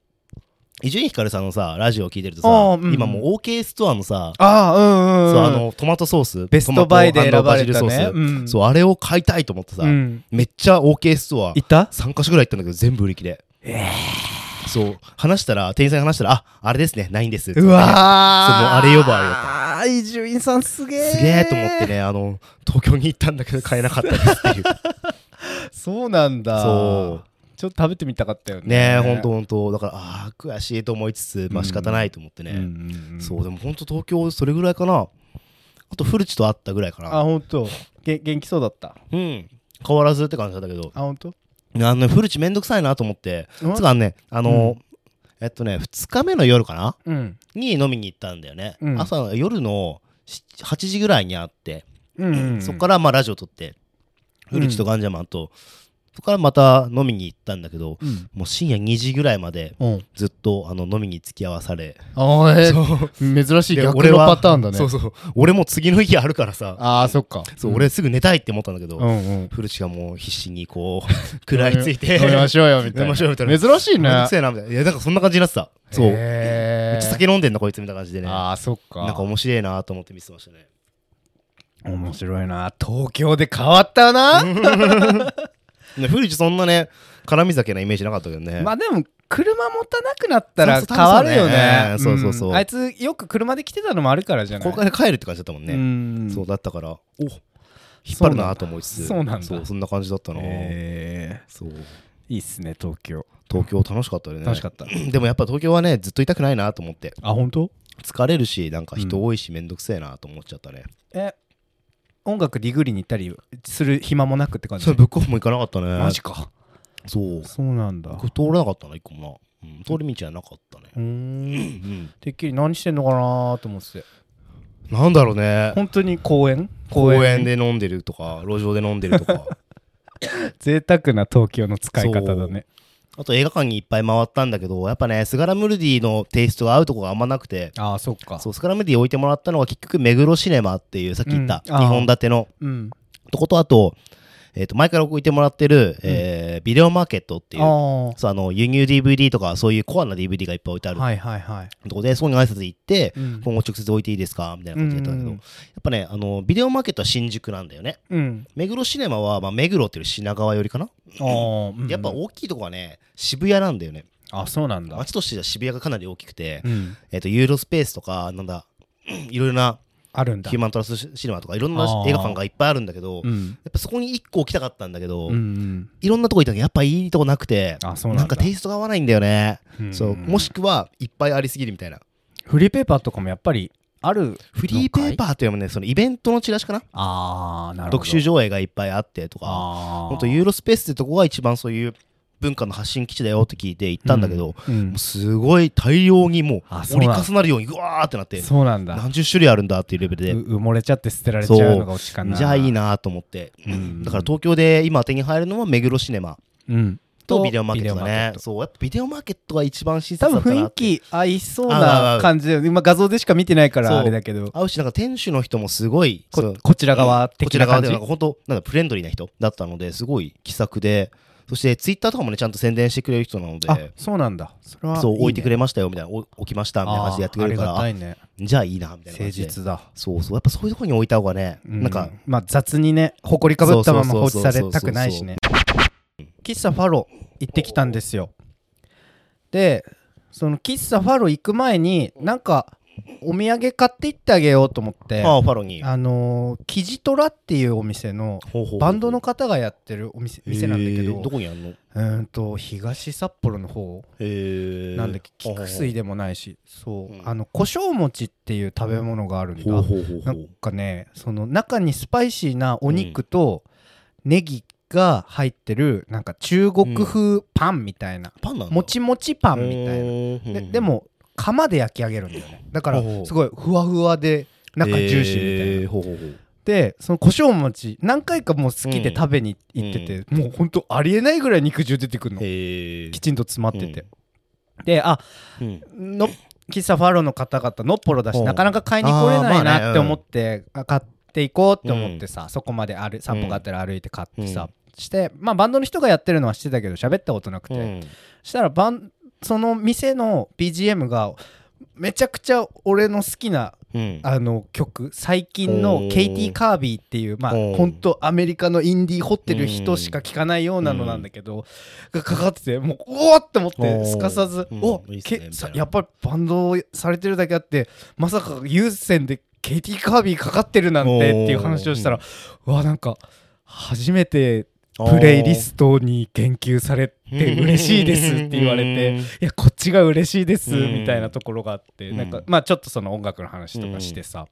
Speaker 1: 伊集院光さんのさラジオを聞いてるとさ、
Speaker 2: あーうん
Speaker 1: 今もう OK ストアのさ、
Speaker 2: ああうんうん、うん、
Speaker 1: そうあのトマトソース
Speaker 2: ベストバイで選ばれ
Speaker 1: ト
Speaker 2: た
Speaker 1: マトバジル
Speaker 2: ね
Speaker 1: ソース、
Speaker 2: うん
Speaker 1: そうあれを買いたいと思ってさ、
Speaker 2: うん
Speaker 1: めっちゃ OK ストア
Speaker 2: 行った
Speaker 1: 3か所ぐらい行ったんだけど全部売り切れそう話したら店員さんに話したら「ああれですねないんです」
Speaker 2: うわー
Speaker 1: そうもうあれ呼ばわりだっ
Speaker 2: ああ伊集院さんすげえ
Speaker 1: すげえと思ってねあの東京に行ったんだけど買えなかったですっていう
Speaker 2: そうなんだ
Speaker 1: そう
Speaker 2: ちょっと食べてみたかったよ
Speaker 1: ね
Speaker 2: ね
Speaker 1: えほんとほんとだからあー悔しいと思いつつまあ仕方ないと思ってね、
Speaker 2: うんうんうん
Speaker 1: そうでもほんと東京それぐらいかなあと古地と会ったぐらいか
Speaker 2: あ
Speaker 1: な
Speaker 2: ほんとげ元気そうだった
Speaker 1: うん変わらずって感じだったけど
Speaker 2: あほんと
Speaker 1: あのね古地めんどくさいなと思って
Speaker 2: うん
Speaker 1: つうかねあの、えっとね2日目の夜かな
Speaker 2: うん
Speaker 1: に飲みに行ったんだよね、
Speaker 2: うん
Speaker 1: 朝の夜のし8時ぐらいに会って、
Speaker 2: うんうん
Speaker 1: そっからまあラジオ撮って古地とガンジャマンと、そこからまた飲みに行ったんだけど
Speaker 2: うん
Speaker 1: もう深夜2時ぐらいまで
Speaker 2: うん
Speaker 1: ずっとあの飲みに付き合わされ
Speaker 2: あえ
Speaker 1: そう
Speaker 2: 珍しい
Speaker 1: で
Speaker 2: 逆
Speaker 1: 俺
Speaker 2: の
Speaker 1: は
Speaker 2: パターンだね
Speaker 1: そうそう俺も次の日あるからさ
Speaker 2: ああそっか
Speaker 1: そう、俺すぐ寝たいって思ったんだけど、
Speaker 2: うんうん
Speaker 1: 古地がもう必死にこう食らいついて
Speaker 2: 飲みましょうよみたいな
Speaker 1: 飲みましょうよみたいな
Speaker 2: 珍しい
Speaker 1: めんど
Speaker 2: ね
Speaker 1: くせえなみたいないやなんかそんな感じになってたそうめっ
Speaker 2: め
Speaker 1: ちゃ酒飲んでんなこいつみたいな感じでねな
Speaker 2: ああそっか
Speaker 1: んか面白いなと思って見てましたね
Speaker 2: 面白いな東京で変わったな
Speaker 1: ね古地そんなね辛味酒なイメージなかったけどね、
Speaker 2: まあでも車持たなくなったら
Speaker 1: そうそう
Speaker 2: 変わるよね
Speaker 1: そうそうそうん
Speaker 2: あいつよく車で来てたのもあるからじゃない
Speaker 1: ここから帰るって感じだったもん
Speaker 2: う
Speaker 1: ね、
Speaker 2: ん
Speaker 1: そうだったからお引っ張るなと思いつつ
Speaker 2: そうなんだ
Speaker 1: そうそんな感じだったな、
Speaker 2: へ
Speaker 1: そう
Speaker 2: ーいいっすね東京
Speaker 1: 東京楽しかったよね
Speaker 2: 楽しかった
Speaker 1: でもやっぱ東京はねずっといたくないなと思って
Speaker 2: あ本当
Speaker 1: 疲れるしなんか人多いしめんどくせえなと思っちゃったね、
Speaker 2: え音楽ディグリに行ったりする暇もなくって感じ
Speaker 1: それブックオフも行かなかったね
Speaker 2: マジか
Speaker 1: そう
Speaker 2: そうなんだ
Speaker 1: 僕通れなかったな一個もな、うん、通り道はなかったね
Speaker 2: うーん
Speaker 1: うん
Speaker 2: てっきり何してんのかなと思ってて
Speaker 1: なんだろうね
Speaker 2: 本当に公園
Speaker 1: 公園で飲んでるとか路上で飲んでるとか
Speaker 2: 贅沢な東京の使い方だね
Speaker 1: あと映画館にいっぱい回ったんだけどやっぱねスガラムルディのテイストが合うとこがあんまなくて
Speaker 2: ああそっか
Speaker 1: そうスガラムルディ置いてもらったのは結局目黒シネマっていうさっき言った
Speaker 2: うんあー
Speaker 1: 2本立ての
Speaker 2: うん
Speaker 1: とことあとえっと前から置いてもらってる、えービデオマーケットっていう
Speaker 2: あ
Speaker 1: そうあの輸入 DVD とかそういうコアな DVD がいっぱい置いてあ
Speaker 2: あ
Speaker 1: る
Speaker 2: はいはいはい
Speaker 1: とこで、そこに挨拶行って、
Speaker 2: うん
Speaker 1: 今後直接置いていいですかみたいな感じでやったんだけど、
Speaker 2: うん
Speaker 1: やっぱねあのビデオマーケットは新宿なんだよね
Speaker 2: うん
Speaker 1: 目黒シネマは、まあ、目黒っていうより品川寄りかな、
Speaker 2: あーうん
Speaker 1: やっぱ大きいとこはね渋谷なんだよね
Speaker 2: あそうなんだ
Speaker 1: 街としては渋谷がかなり大きくて、
Speaker 2: うん
Speaker 1: えっとユーロスペースとかなんだ いろいろな
Speaker 2: あるんだ
Speaker 1: ヒューマントラストシネマとかいろんな
Speaker 2: あー
Speaker 1: 映画館がいっぱいあるんだけど、
Speaker 2: う
Speaker 1: や
Speaker 2: ん
Speaker 1: っぱそこに1個置きたかったんだけど、
Speaker 2: うんうん
Speaker 1: いろんなとこ行ったけどやっぱいいとこなくて
Speaker 2: あそう
Speaker 1: な
Speaker 2: なん
Speaker 1: んか
Speaker 2: だ
Speaker 1: テイストが合わないんだよね、
Speaker 2: うん
Speaker 1: そうもしくはいっぱいありすぎるみたいな
Speaker 2: フリーペーパーとかもやっぱりある
Speaker 1: フリーペーパ
Speaker 2: ー
Speaker 1: ーというのもねそのイベントのチラシかな
Speaker 2: ああなるほど
Speaker 1: 特集上映がいっぱいあってとか
Speaker 2: あ
Speaker 1: 本当ユーロスペースってとこが一番そういう文化の発信基地だよって聞いて行ったんだけど、
Speaker 2: う
Speaker 1: も
Speaker 2: ん
Speaker 1: うすごい大量にも
Speaker 2: あ
Speaker 1: う
Speaker 2: そう
Speaker 1: 折り
Speaker 2: なんだ
Speaker 1: 重なるようにうわーってなって
Speaker 2: そうなんだ
Speaker 1: 何十種類あるんだっていうレベルで
Speaker 2: う埋もれちゃって捨てられちゃうのがオチかな
Speaker 1: じゃあいいなと思って、
Speaker 2: うん
Speaker 1: だから東京で今手に入るのは目黒シネマ
Speaker 2: うん
Speaker 1: とビデオマーケットだ
Speaker 2: ビデオマ
Speaker 1: ね
Speaker 2: ーケット
Speaker 1: そうやっぱビデオマーケットが一番新
Speaker 2: 多
Speaker 1: 鮮だ
Speaker 2: 分
Speaker 1: った
Speaker 2: 雰
Speaker 1: な
Speaker 2: 囲
Speaker 1: って
Speaker 2: 気合いそう
Speaker 1: 合う合う合
Speaker 2: な
Speaker 1: う
Speaker 2: 感じだよね今画像でしか見てないから
Speaker 1: そう
Speaker 2: あれだけど
Speaker 1: 合うしなんか店主の人もすごいそう
Speaker 2: ここちら側
Speaker 1: こ
Speaker 2: 的
Speaker 1: ち
Speaker 2: な
Speaker 1: ら側
Speaker 2: 感
Speaker 1: で
Speaker 2: じ
Speaker 1: はなんか本当なんかフレンドリーな人だったのですごい気さくでそしてツイッターとかもねちゃんと宣伝してくれる人なので
Speaker 2: あそうなんだそれは
Speaker 1: そう置いてく
Speaker 2: れ
Speaker 1: れましたよみたいなお置きましたみたいな感じでやってくれるか
Speaker 2: あーあ
Speaker 1: ら
Speaker 2: りがたいね
Speaker 1: じゃあいいなみたいな
Speaker 2: 誠
Speaker 1: 感じで
Speaker 2: 実だ
Speaker 1: そうそうやっぱそういうところに置いた方がね、
Speaker 2: う
Speaker 1: なんか
Speaker 2: まあ雑にね埃かぶったまま放置
Speaker 1: そうそうそうそう
Speaker 2: されたくないしね喫茶ファロ行ってきたんですよでその喫茶ファロ行く前になんかお土産買って行ってあげようと思って
Speaker 1: ああファロに
Speaker 2: あのーキジトラっていうお店の
Speaker 1: ほうほうほう
Speaker 2: バンドの方がやってるお店店なんだけ
Speaker 1: へー
Speaker 2: ど
Speaker 1: どこにあんの
Speaker 2: うーんと東札幌の方
Speaker 1: へえ
Speaker 2: なんだっけ
Speaker 1: ほうほ
Speaker 2: 菊
Speaker 1: うほう
Speaker 2: 水でもないしそう
Speaker 1: うん
Speaker 2: あの胡椒餅っていう食べ物があるんだ
Speaker 1: ほうほうほうほ
Speaker 2: な
Speaker 1: うん
Speaker 2: かねその中にスパイシーなお肉とネギが入ってるなんか中国風パンみたいな、
Speaker 1: パンなの
Speaker 2: もちもちパンみたいな
Speaker 1: い
Speaker 2: ででも釜で焼き上げるんだよねだから
Speaker 1: ほう
Speaker 2: すごいふわふわで中ジューシーみたいな、
Speaker 1: ほうほうほう
Speaker 2: でその胡椒餅何回かもう好きで食べに行ってて、もうほんとありえないぐらい肉汁出てくるの
Speaker 1: へえ
Speaker 2: きちんと詰まってて、であの喫茶ファローの方々のっぽろだし
Speaker 1: うん
Speaker 2: なかなか買いに来
Speaker 1: あ
Speaker 2: れない
Speaker 1: ーまあね
Speaker 2: なって思ってあ買っていこうって思ってさ、そこまで歩散歩があったら歩いて買ってさ、してまあバンドの人がやってるのはしてたけど喋ったことなくて、したらバンその店の BGM がめちゃくちゃ俺の好きなあの曲最近
Speaker 1: お
Speaker 2: の
Speaker 1: ー
Speaker 2: ケイティ・カービーっていうまあ
Speaker 1: おー
Speaker 2: 本当アメリカのインディー掘ってる人しか聴かないようなのなんだけどがかかっててもうおーって思っ
Speaker 1: おー
Speaker 2: てすかさず
Speaker 1: うん
Speaker 2: お
Speaker 1: いいっすね
Speaker 2: け
Speaker 1: みたい
Speaker 2: さ
Speaker 1: な
Speaker 2: やっぱりバンドをされてるだけあってまさか優先でケイティ・カービーかかってるなんてっていう話をしたらうわなんか初めてプレイリストに言及されて嬉しいですって言われて。いやこっちが嬉しいです
Speaker 1: うん
Speaker 2: みたいなところがあって、
Speaker 1: うん
Speaker 2: なんかまあちょっとその音楽の話とかしてさ、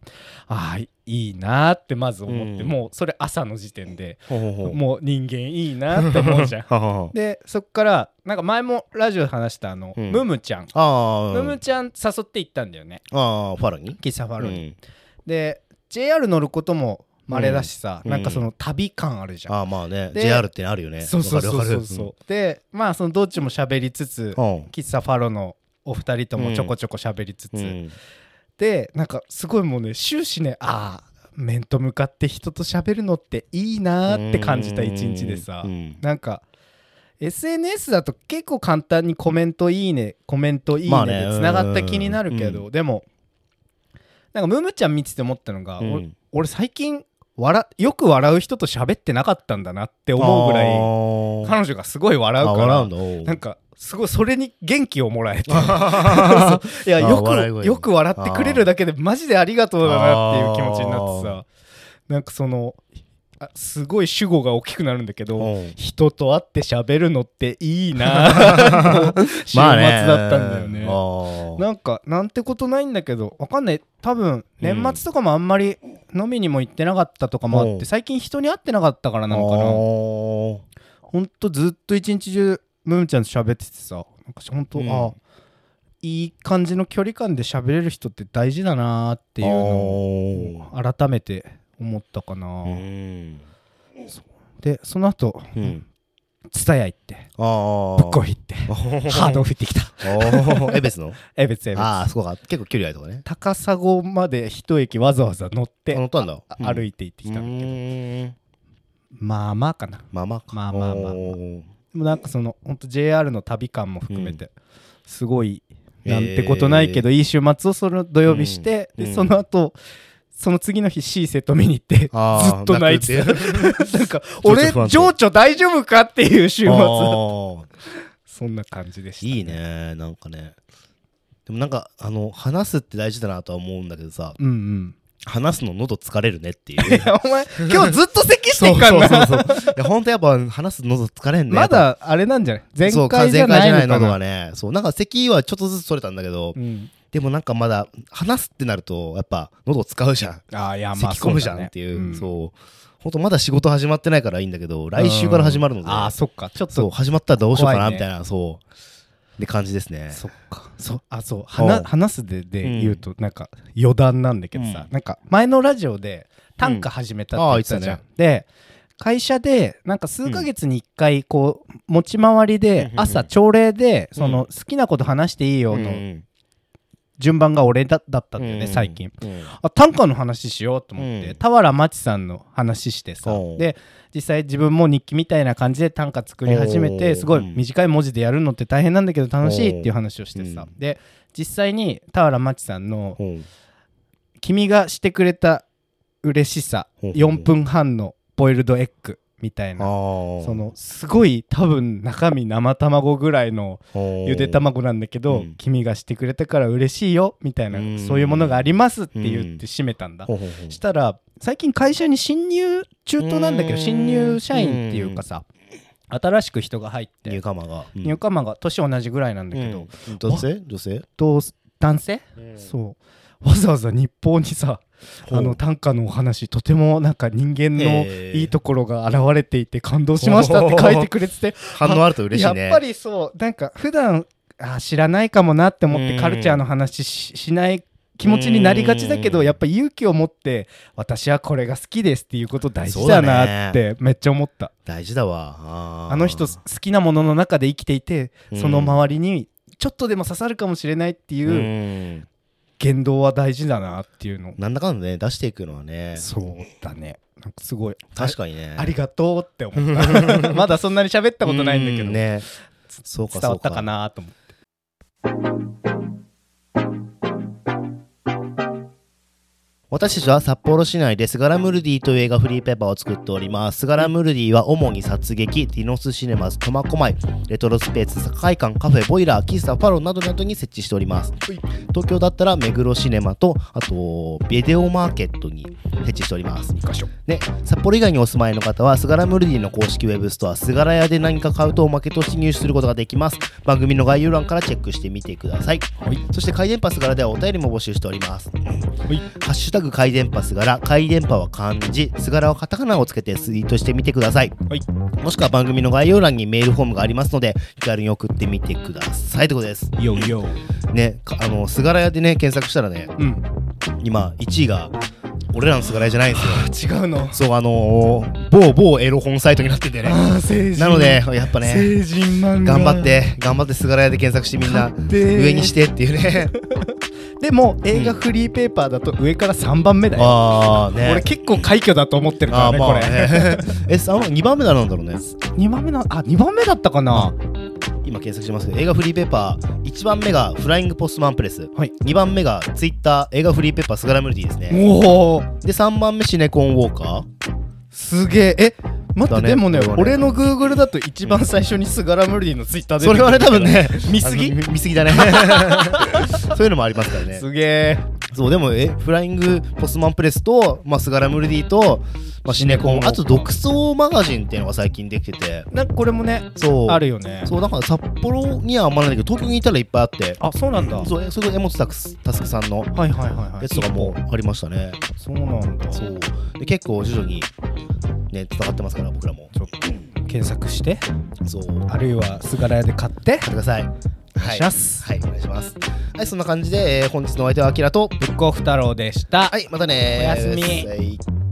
Speaker 2: ああいいなーってまず思って、
Speaker 1: うん
Speaker 2: もうそれ朝の時点で、
Speaker 1: ほうほうほう。
Speaker 2: もう人間いいなって思う じゃん
Speaker 1: ははは
Speaker 2: でそっからなんか前もラジオで話したあの、
Speaker 1: うん
Speaker 2: ムムちゃん、
Speaker 1: ああ
Speaker 2: ムムちゃん誘って行ったんだよね
Speaker 1: ああファロに
Speaker 2: 喫茶ファロ
Speaker 1: う
Speaker 2: に。
Speaker 1: ん
Speaker 2: で JR 乗ることも稀だしさ、
Speaker 1: うん
Speaker 2: なんかその旅感あるじゃん。
Speaker 1: ああまあね
Speaker 2: で
Speaker 1: JR ってあるよね
Speaker 2: そうそうそうそうそう、
Speaker 1: わ
Speaker 2: でまあそのどっちも喋りつつ、
Speaker 1: かるわかる
Speaker 2: 喫茶ファロのお二人ともちょこちょこ喋りつつ、
Speaker 1: うんうん
Speaker 2: でなんかすごいもうね終始ねああ面と向かって人と喋るのっていいなーって感じた一日でさ、
Speaker 1: うん
Speaker 2: なんか SNS だと結構簡単にコメントいいねコメントいい
Speaker 1: まあ
Speaker 2: ね
Speaker 1: ね
Speaker 2: でつながった気になるけど、
Speaker 1: うん
Speaker 2: でもなんかムムちゃん見てて思ったのが、
Speaker 1: うん
Speaker 2: お俺最近笑よく笑う人と喋ってなかったんだなって思うぐらい
Speaker 1: あー
Speaker 2: 彼女がすごい笑う
Speaker 1: あ
Speaker 2: か
Speaker 1: 笑
Speaker 2: ら
Speaker 1: うんだおう
Speaker 2: なんかすごいそれに元気をも らえてそういや
Speaker 1: あー
Speaker 2: よ
Speaker 1: 笑い声
Speaker 2: くよく笑ってくれるだけでマジでありがとうだなっていう気持ちになってさなんかそのあすごい主語が大きくなるんだけど
Speaker 1: うん
Speaker 2: 人と会って喋るのっていいなの 週末
Speaker 1: まあね
Speaker 2: だったんだよね。
Speaker 1: あー
Speaker 2: なんかなんてことないんだけどわかんない多分年末とかもあんまり飲みにも行ってなかったとかもあって、
Speaker 1: うん
Speaker 2: 最近人に会ってなかったからなのか
Speaker 1: あ
Speaker 2: な
Speaker 1: ー
Speaker 2: ほんとずっと一日中ムムちゃんと喋っててさなんかほんと、
Speaker 1: うん
Speaker 2: あいい感じの距離感で喋れる人って大事だなーっていうの
Speaker 1: あー
Speaker 2: を改めて思ったかな、
Speaker 1: うん
Speaker 2: でその後
Speaker 1: うん
Speaker 2: 蔦屋行って
Speaker 1: ああ
Speaker 2: ぶっこい行って ハードオフ行ってきた
Speaker 1: おーえ別の
Speaker 2: え別え別
Speaker 1: ああそこが結構距離あるとかね
Speaker 2: 高砂まで一駅わざわざ乗って
Speaker 1: 乗ったんだ
Speaker 2: あ歩
Speaker 1: て
Speaker 2: いて行ってきたんだけど、
Speaker 1: け
Speaker 2: まあまあかな
Speaker 1: まあまあか
Speaker 2: まあまあまあ
Speaker 1: おー
Speaker 2: でもなんかその本当 JR の旅感も含めて、すごい
Speaker 1: えー
Speaker 2: なんてことないけど、いい週末をその土曜日して、
Speaker 1: うんう
Speaker 2: で
Speaker 1: ん
Speaker 2: その後その次の日シーセット見に行ってず
Speaker 1: あー
Speaker 2: っと泣いて
Speaker 1: 泣
Speaker 2: た なんか
Speaker 1: 情緒
Speaker 2: 俺
Speaker 1: 不安定
Speaker 2: 情緒大丈夫かっていう週
Speaker 1: あ
Speaker 2: 末
Speaker 1: ー
Speaker 2: そんな感じでした、
Speaker 1: いいねなんかねでもなんかあの話すって大事だなとは思うんだけどさ
Speaker 2: うん うん
Speaker 1: 話すの喉疲れるねっていう
Speaker 2: お前今日ずっと咳して
Speaker 1: そ
Speaker 2: っ
Speaker 1: う
Speaker 2: かん
Speaker 1: そう
Speaker 2: な
Speaker 1: そうそういや本当やっぱ話す喉疲れんね
Speaker 2: まだあれなんじゃない前
Speaker 1: そう
Speaker 2: 回じゃないのかな
Speaker 1: 前回じゃねそうなんか咳はちょっとずつ取れたんだけど、
Speaker 2: うん、
Speaker 1: でもなんかまだ話すってなるとやっぱ喉使うじゃん
Speaker 2: あーいやまあ
Speaker 1: 咳
Speaker 2: そ
Speaker 1: 込
Speaker 2: う
Speaker 1: むじ
Speaker 2: だ
Speaker 1: ゃん
Speaker 2: ね
Speaker 1: っていう、
Speaker 2: ん
Speaker 1: そうほんとまだ仕事始まってないからいいんだけど来週から始まるので、
Speaker 2: ああそっかちょっと
Speaker 1: そう始まったらどうしようかな
Speaker 2: 怖いね
Speaker 1: みたいなそうって感じですね
Speaker 2: そっかそうあそう
Speaker 1: う
Speaker 2: 話
Speaker 1: ん
Speaker 2: 話すでで
Speaker 1: うん
Speaker 2: 言うとなんか余談なんだけどさ、
Speaker 1: う
Speaker 2: なんか前のラジオで短歌始めたって言ってたじゃん、
Speaker 1: うんあ
Speaker 2: で会社でなんか数ヶ月に1回こう持ち回りで
Speaker 1: うん
Speaker 2: 朝朝礼で
Speaker 1: うん
Speaker 2: その好きなこと話していいよ
Speaker 1: うんう
Speaker 2: の
Speaker 1: ん
Speaker 2: 順番が俺だだったんだよね
Speaker 1: うん
Speaker 2: 最近
Speaker 1: うん
Speaker 2: あ短歌の話しようと思って、
Speaker 1: うん
Speaker 2: 田原町さんの話してさ
Speaker 1: おう
Speaker 2: で実際自分も日記みたいな感じで短歌作り始め
Speaker 1: お
Speaker 2: て
Speaker 1: う
Speaker 2: すごい
Speaker 1: うん
Speaker 2: 短い文字でやるのって大変なんだけど楽しいっていう話をしてさ
Speaker 1: おう
Speaker 2: で実際に田原町さんの
Speaker 1: うん
Speaker 2: 「君がしてくれた嬉しさ
Speaker 1: おう
Speaker 2: 4分半のボイルドエッグ」みたい
Speaker 1: あ
Speaker 2: な
Speaker 1: ー
Speaker 2: そのすごい多分中身生卵ぐらいの
Speaker 1: おー
Speaker 2: ゆで卵なんだけ
Speaker 1: う
Speaker 2: ど、
Speaker 1: ん
Speaker 2: 君がしてくれたから嬉しいよみたいな、
Speaker 1: うん
Speaker 2: そういうものがありますって言
Speaker 1: う
Speaker 2: っ
Speaker 1: ん
Speaker 2: て締めたんだ、
Speaker 1: ほうほうほう
Speaker 2: したら最近会社に新入中途なんだけど
Speaker 1: うん
Speaker 2: 新入社員っていうかさ新しく人が入っ
Speaker 1: ニュー
Speaker 2: て
Speaker 1: カマが
Speaker 2: 入
Speaker 1: カ
Speaker 2: カマが年同じぐらいなんだ
Speaker 1: マ
Speaker 2: けど
Speaker 1: 女性女性
Speaker 2: どうす男性そうわざわざ日報にさ
Speaker 1: ほう
Speaker 2: あの短歌のお話とてもなんか人間の
Speaker 1: へー
Speaker 2: いいところが現れていて感動しましたって書いてくれてて
Speaker 1: 反応あると嬉しいね
Speaker 2: やっぱりそうなんか普段あ知らないかもなって思って
Speaker 1: うん
Speaker 2: カルチャーの話ししない気持ちになりがちだけど
Speaker 1: うん
Speaker 2: やっぱ勇気を持って私はこれが好きですっていうこと大事だなってめっちゃ思った、
Speaker 1: 大事だわあー
Speaker 2: あの人好きなものの中で生きていて
Speaker 1: うん
Speaker 2: その周りにちょっとでも刺さるかもしれないっていううん言動は大事だなっていうの、
Speaker 1: なんだかんだね出していくのはね
Speaker 2: そうだねなんかすごい
Speaker 1: 確かにね
Speaker 2: ありがとうって思った まだそんなに喋ったことないんだけど、
Speaker 1: うねそうか
Speaker 2: 伝
Speaker 1: そ
Speaker 2: わ
Speaker 1: う
Speaker 2: ったかなと思って
Speaker 1: 私たちは札幌市内でスガラムルディという映画フリーペーパーを作っております。スガラムルディは主に殺撃、ディノスシネマズ、苫小牧、レトロスペース、境館、カフェ、ボイラー、喫茶、パロなどなどに設置しております。東京だったら目黒シネマと、あと、ビデオマーケットに設置しております。
Speaker 2: 2箇所
Speaker 1: ね、札幌以外にお住まいの方は、スガラムルディの公式ウェブストア、スガラ屋で何か買うとおまけとして入手することができます。番組の概要欄からチェックしてみてください。そして、回電波スガラではお便りも募集しております。ハッシュタグ回電波すがら、回電波は漢字、すがらはカタカナをつけてツイートしてみてください。
Speaker 2: はい
Speaker 1: もしくは番組の概要欄にメールフォームがありますので、気軽に送ってみてください。ということです。
Speaker 2: よいよ
Speaker 1: ね、かあの、すがら屋でね、検索したらね、
Speaker 2: うん
Speaker 1: 今、1位が、俺らのすがら屋じゃないんですよ。
Speaker 2: 違うの。
Speaker 1: そう、あのー某某エロ本サイトになっててね。
Speaker 2: ああ、成人。
Speaker 1: なので、、やっぱね、
Speaker 2: 成人漫画。
Speaker 1: 頑張っ。て、頑張ってすがら屋で検索してみんな、
Speaker 2: 勝手
Speaker 1: 上にしてっていう ね。
Speaker 2: でも、映画フリーペーパーだと上から3番目だよ。
Speaker 1: あーね。
Speaker 2: 俺結構快挙だと思ってるか
Speaker 1: あー
Speaker 2: らね、
Speaker 1: ま
Speaker 2: こ
Speaker 1: あ
Speaker 2: れ。
Speaker 1: ね。 え、あの、2番目なんだろうね。
Speaker 2: 2番目の、あ、2番目だったかな。
Speaker 1: 今検索してますけど映画フリーペーパー1番目がフライングポストマンプレス、
Speaker 2: はい
Speaker 1: 2番目がツイッター映画フリーペーパースガラムルディですね
Speaker 2: おお、
Speaker 1: で3番目シネコンウォーカー
Speaker 2: すげえ。え、待
Speaker 1: だ
Speaker 2: って、
Speaker 1: ね
Speaker 2: でもね
Speaker 1: これ、はね
Speaker 2: 俺の Google だと一番最初にスガラムルディのツイッターで。
Speaker 1: それはね多分。 ね
Speaker 2: 見すぎ
Speaker 1: あの見見すぎだね そういうのもありますからね
Speaker 2: すげえ。
Speaker 1: そうでもえフライングポストマンプレスと、まあ、スガラムルディと、まあ、シネコ
Speaker 2: シネコンウォー
Speaker 1: ン
Speaker 2: カー
Speaker 1: あと独創マガジンっていうのが最近できてて
Speaker 2: なんかこれもね、
Speaker 1: そう
Speaker 2: あるよね。
Speaker 1: そうだから札幌にはあんまないんだけど東京にいたらいっぱいあって
Speaker 2: あ、そうなんだ。はい
Speaker 1: そうえそれが江本タクスタスクさんの
Speaker 2: はいはいはい。
Speaker 1: やつとかもありましたね
Speaker 2: そうなんだ。
Speaker 1: そうで結構徐々にね伝わってますから僕らも
Speaker 2: ちょっと検索して。
Speaker 1: そう
Speaker 2: あるいはすがら屋で買って
Speaker 1: ください
Speaker 2: お願いします
Speaker 1: はい、はい、お願いしますはいそんな感じで、えー本日のお相手はアキラと
Speaker 2: ブックオフ太郎でした
Speaker 1: はいまたねー
Speaker 2: おやすみ
Speaker 1: はい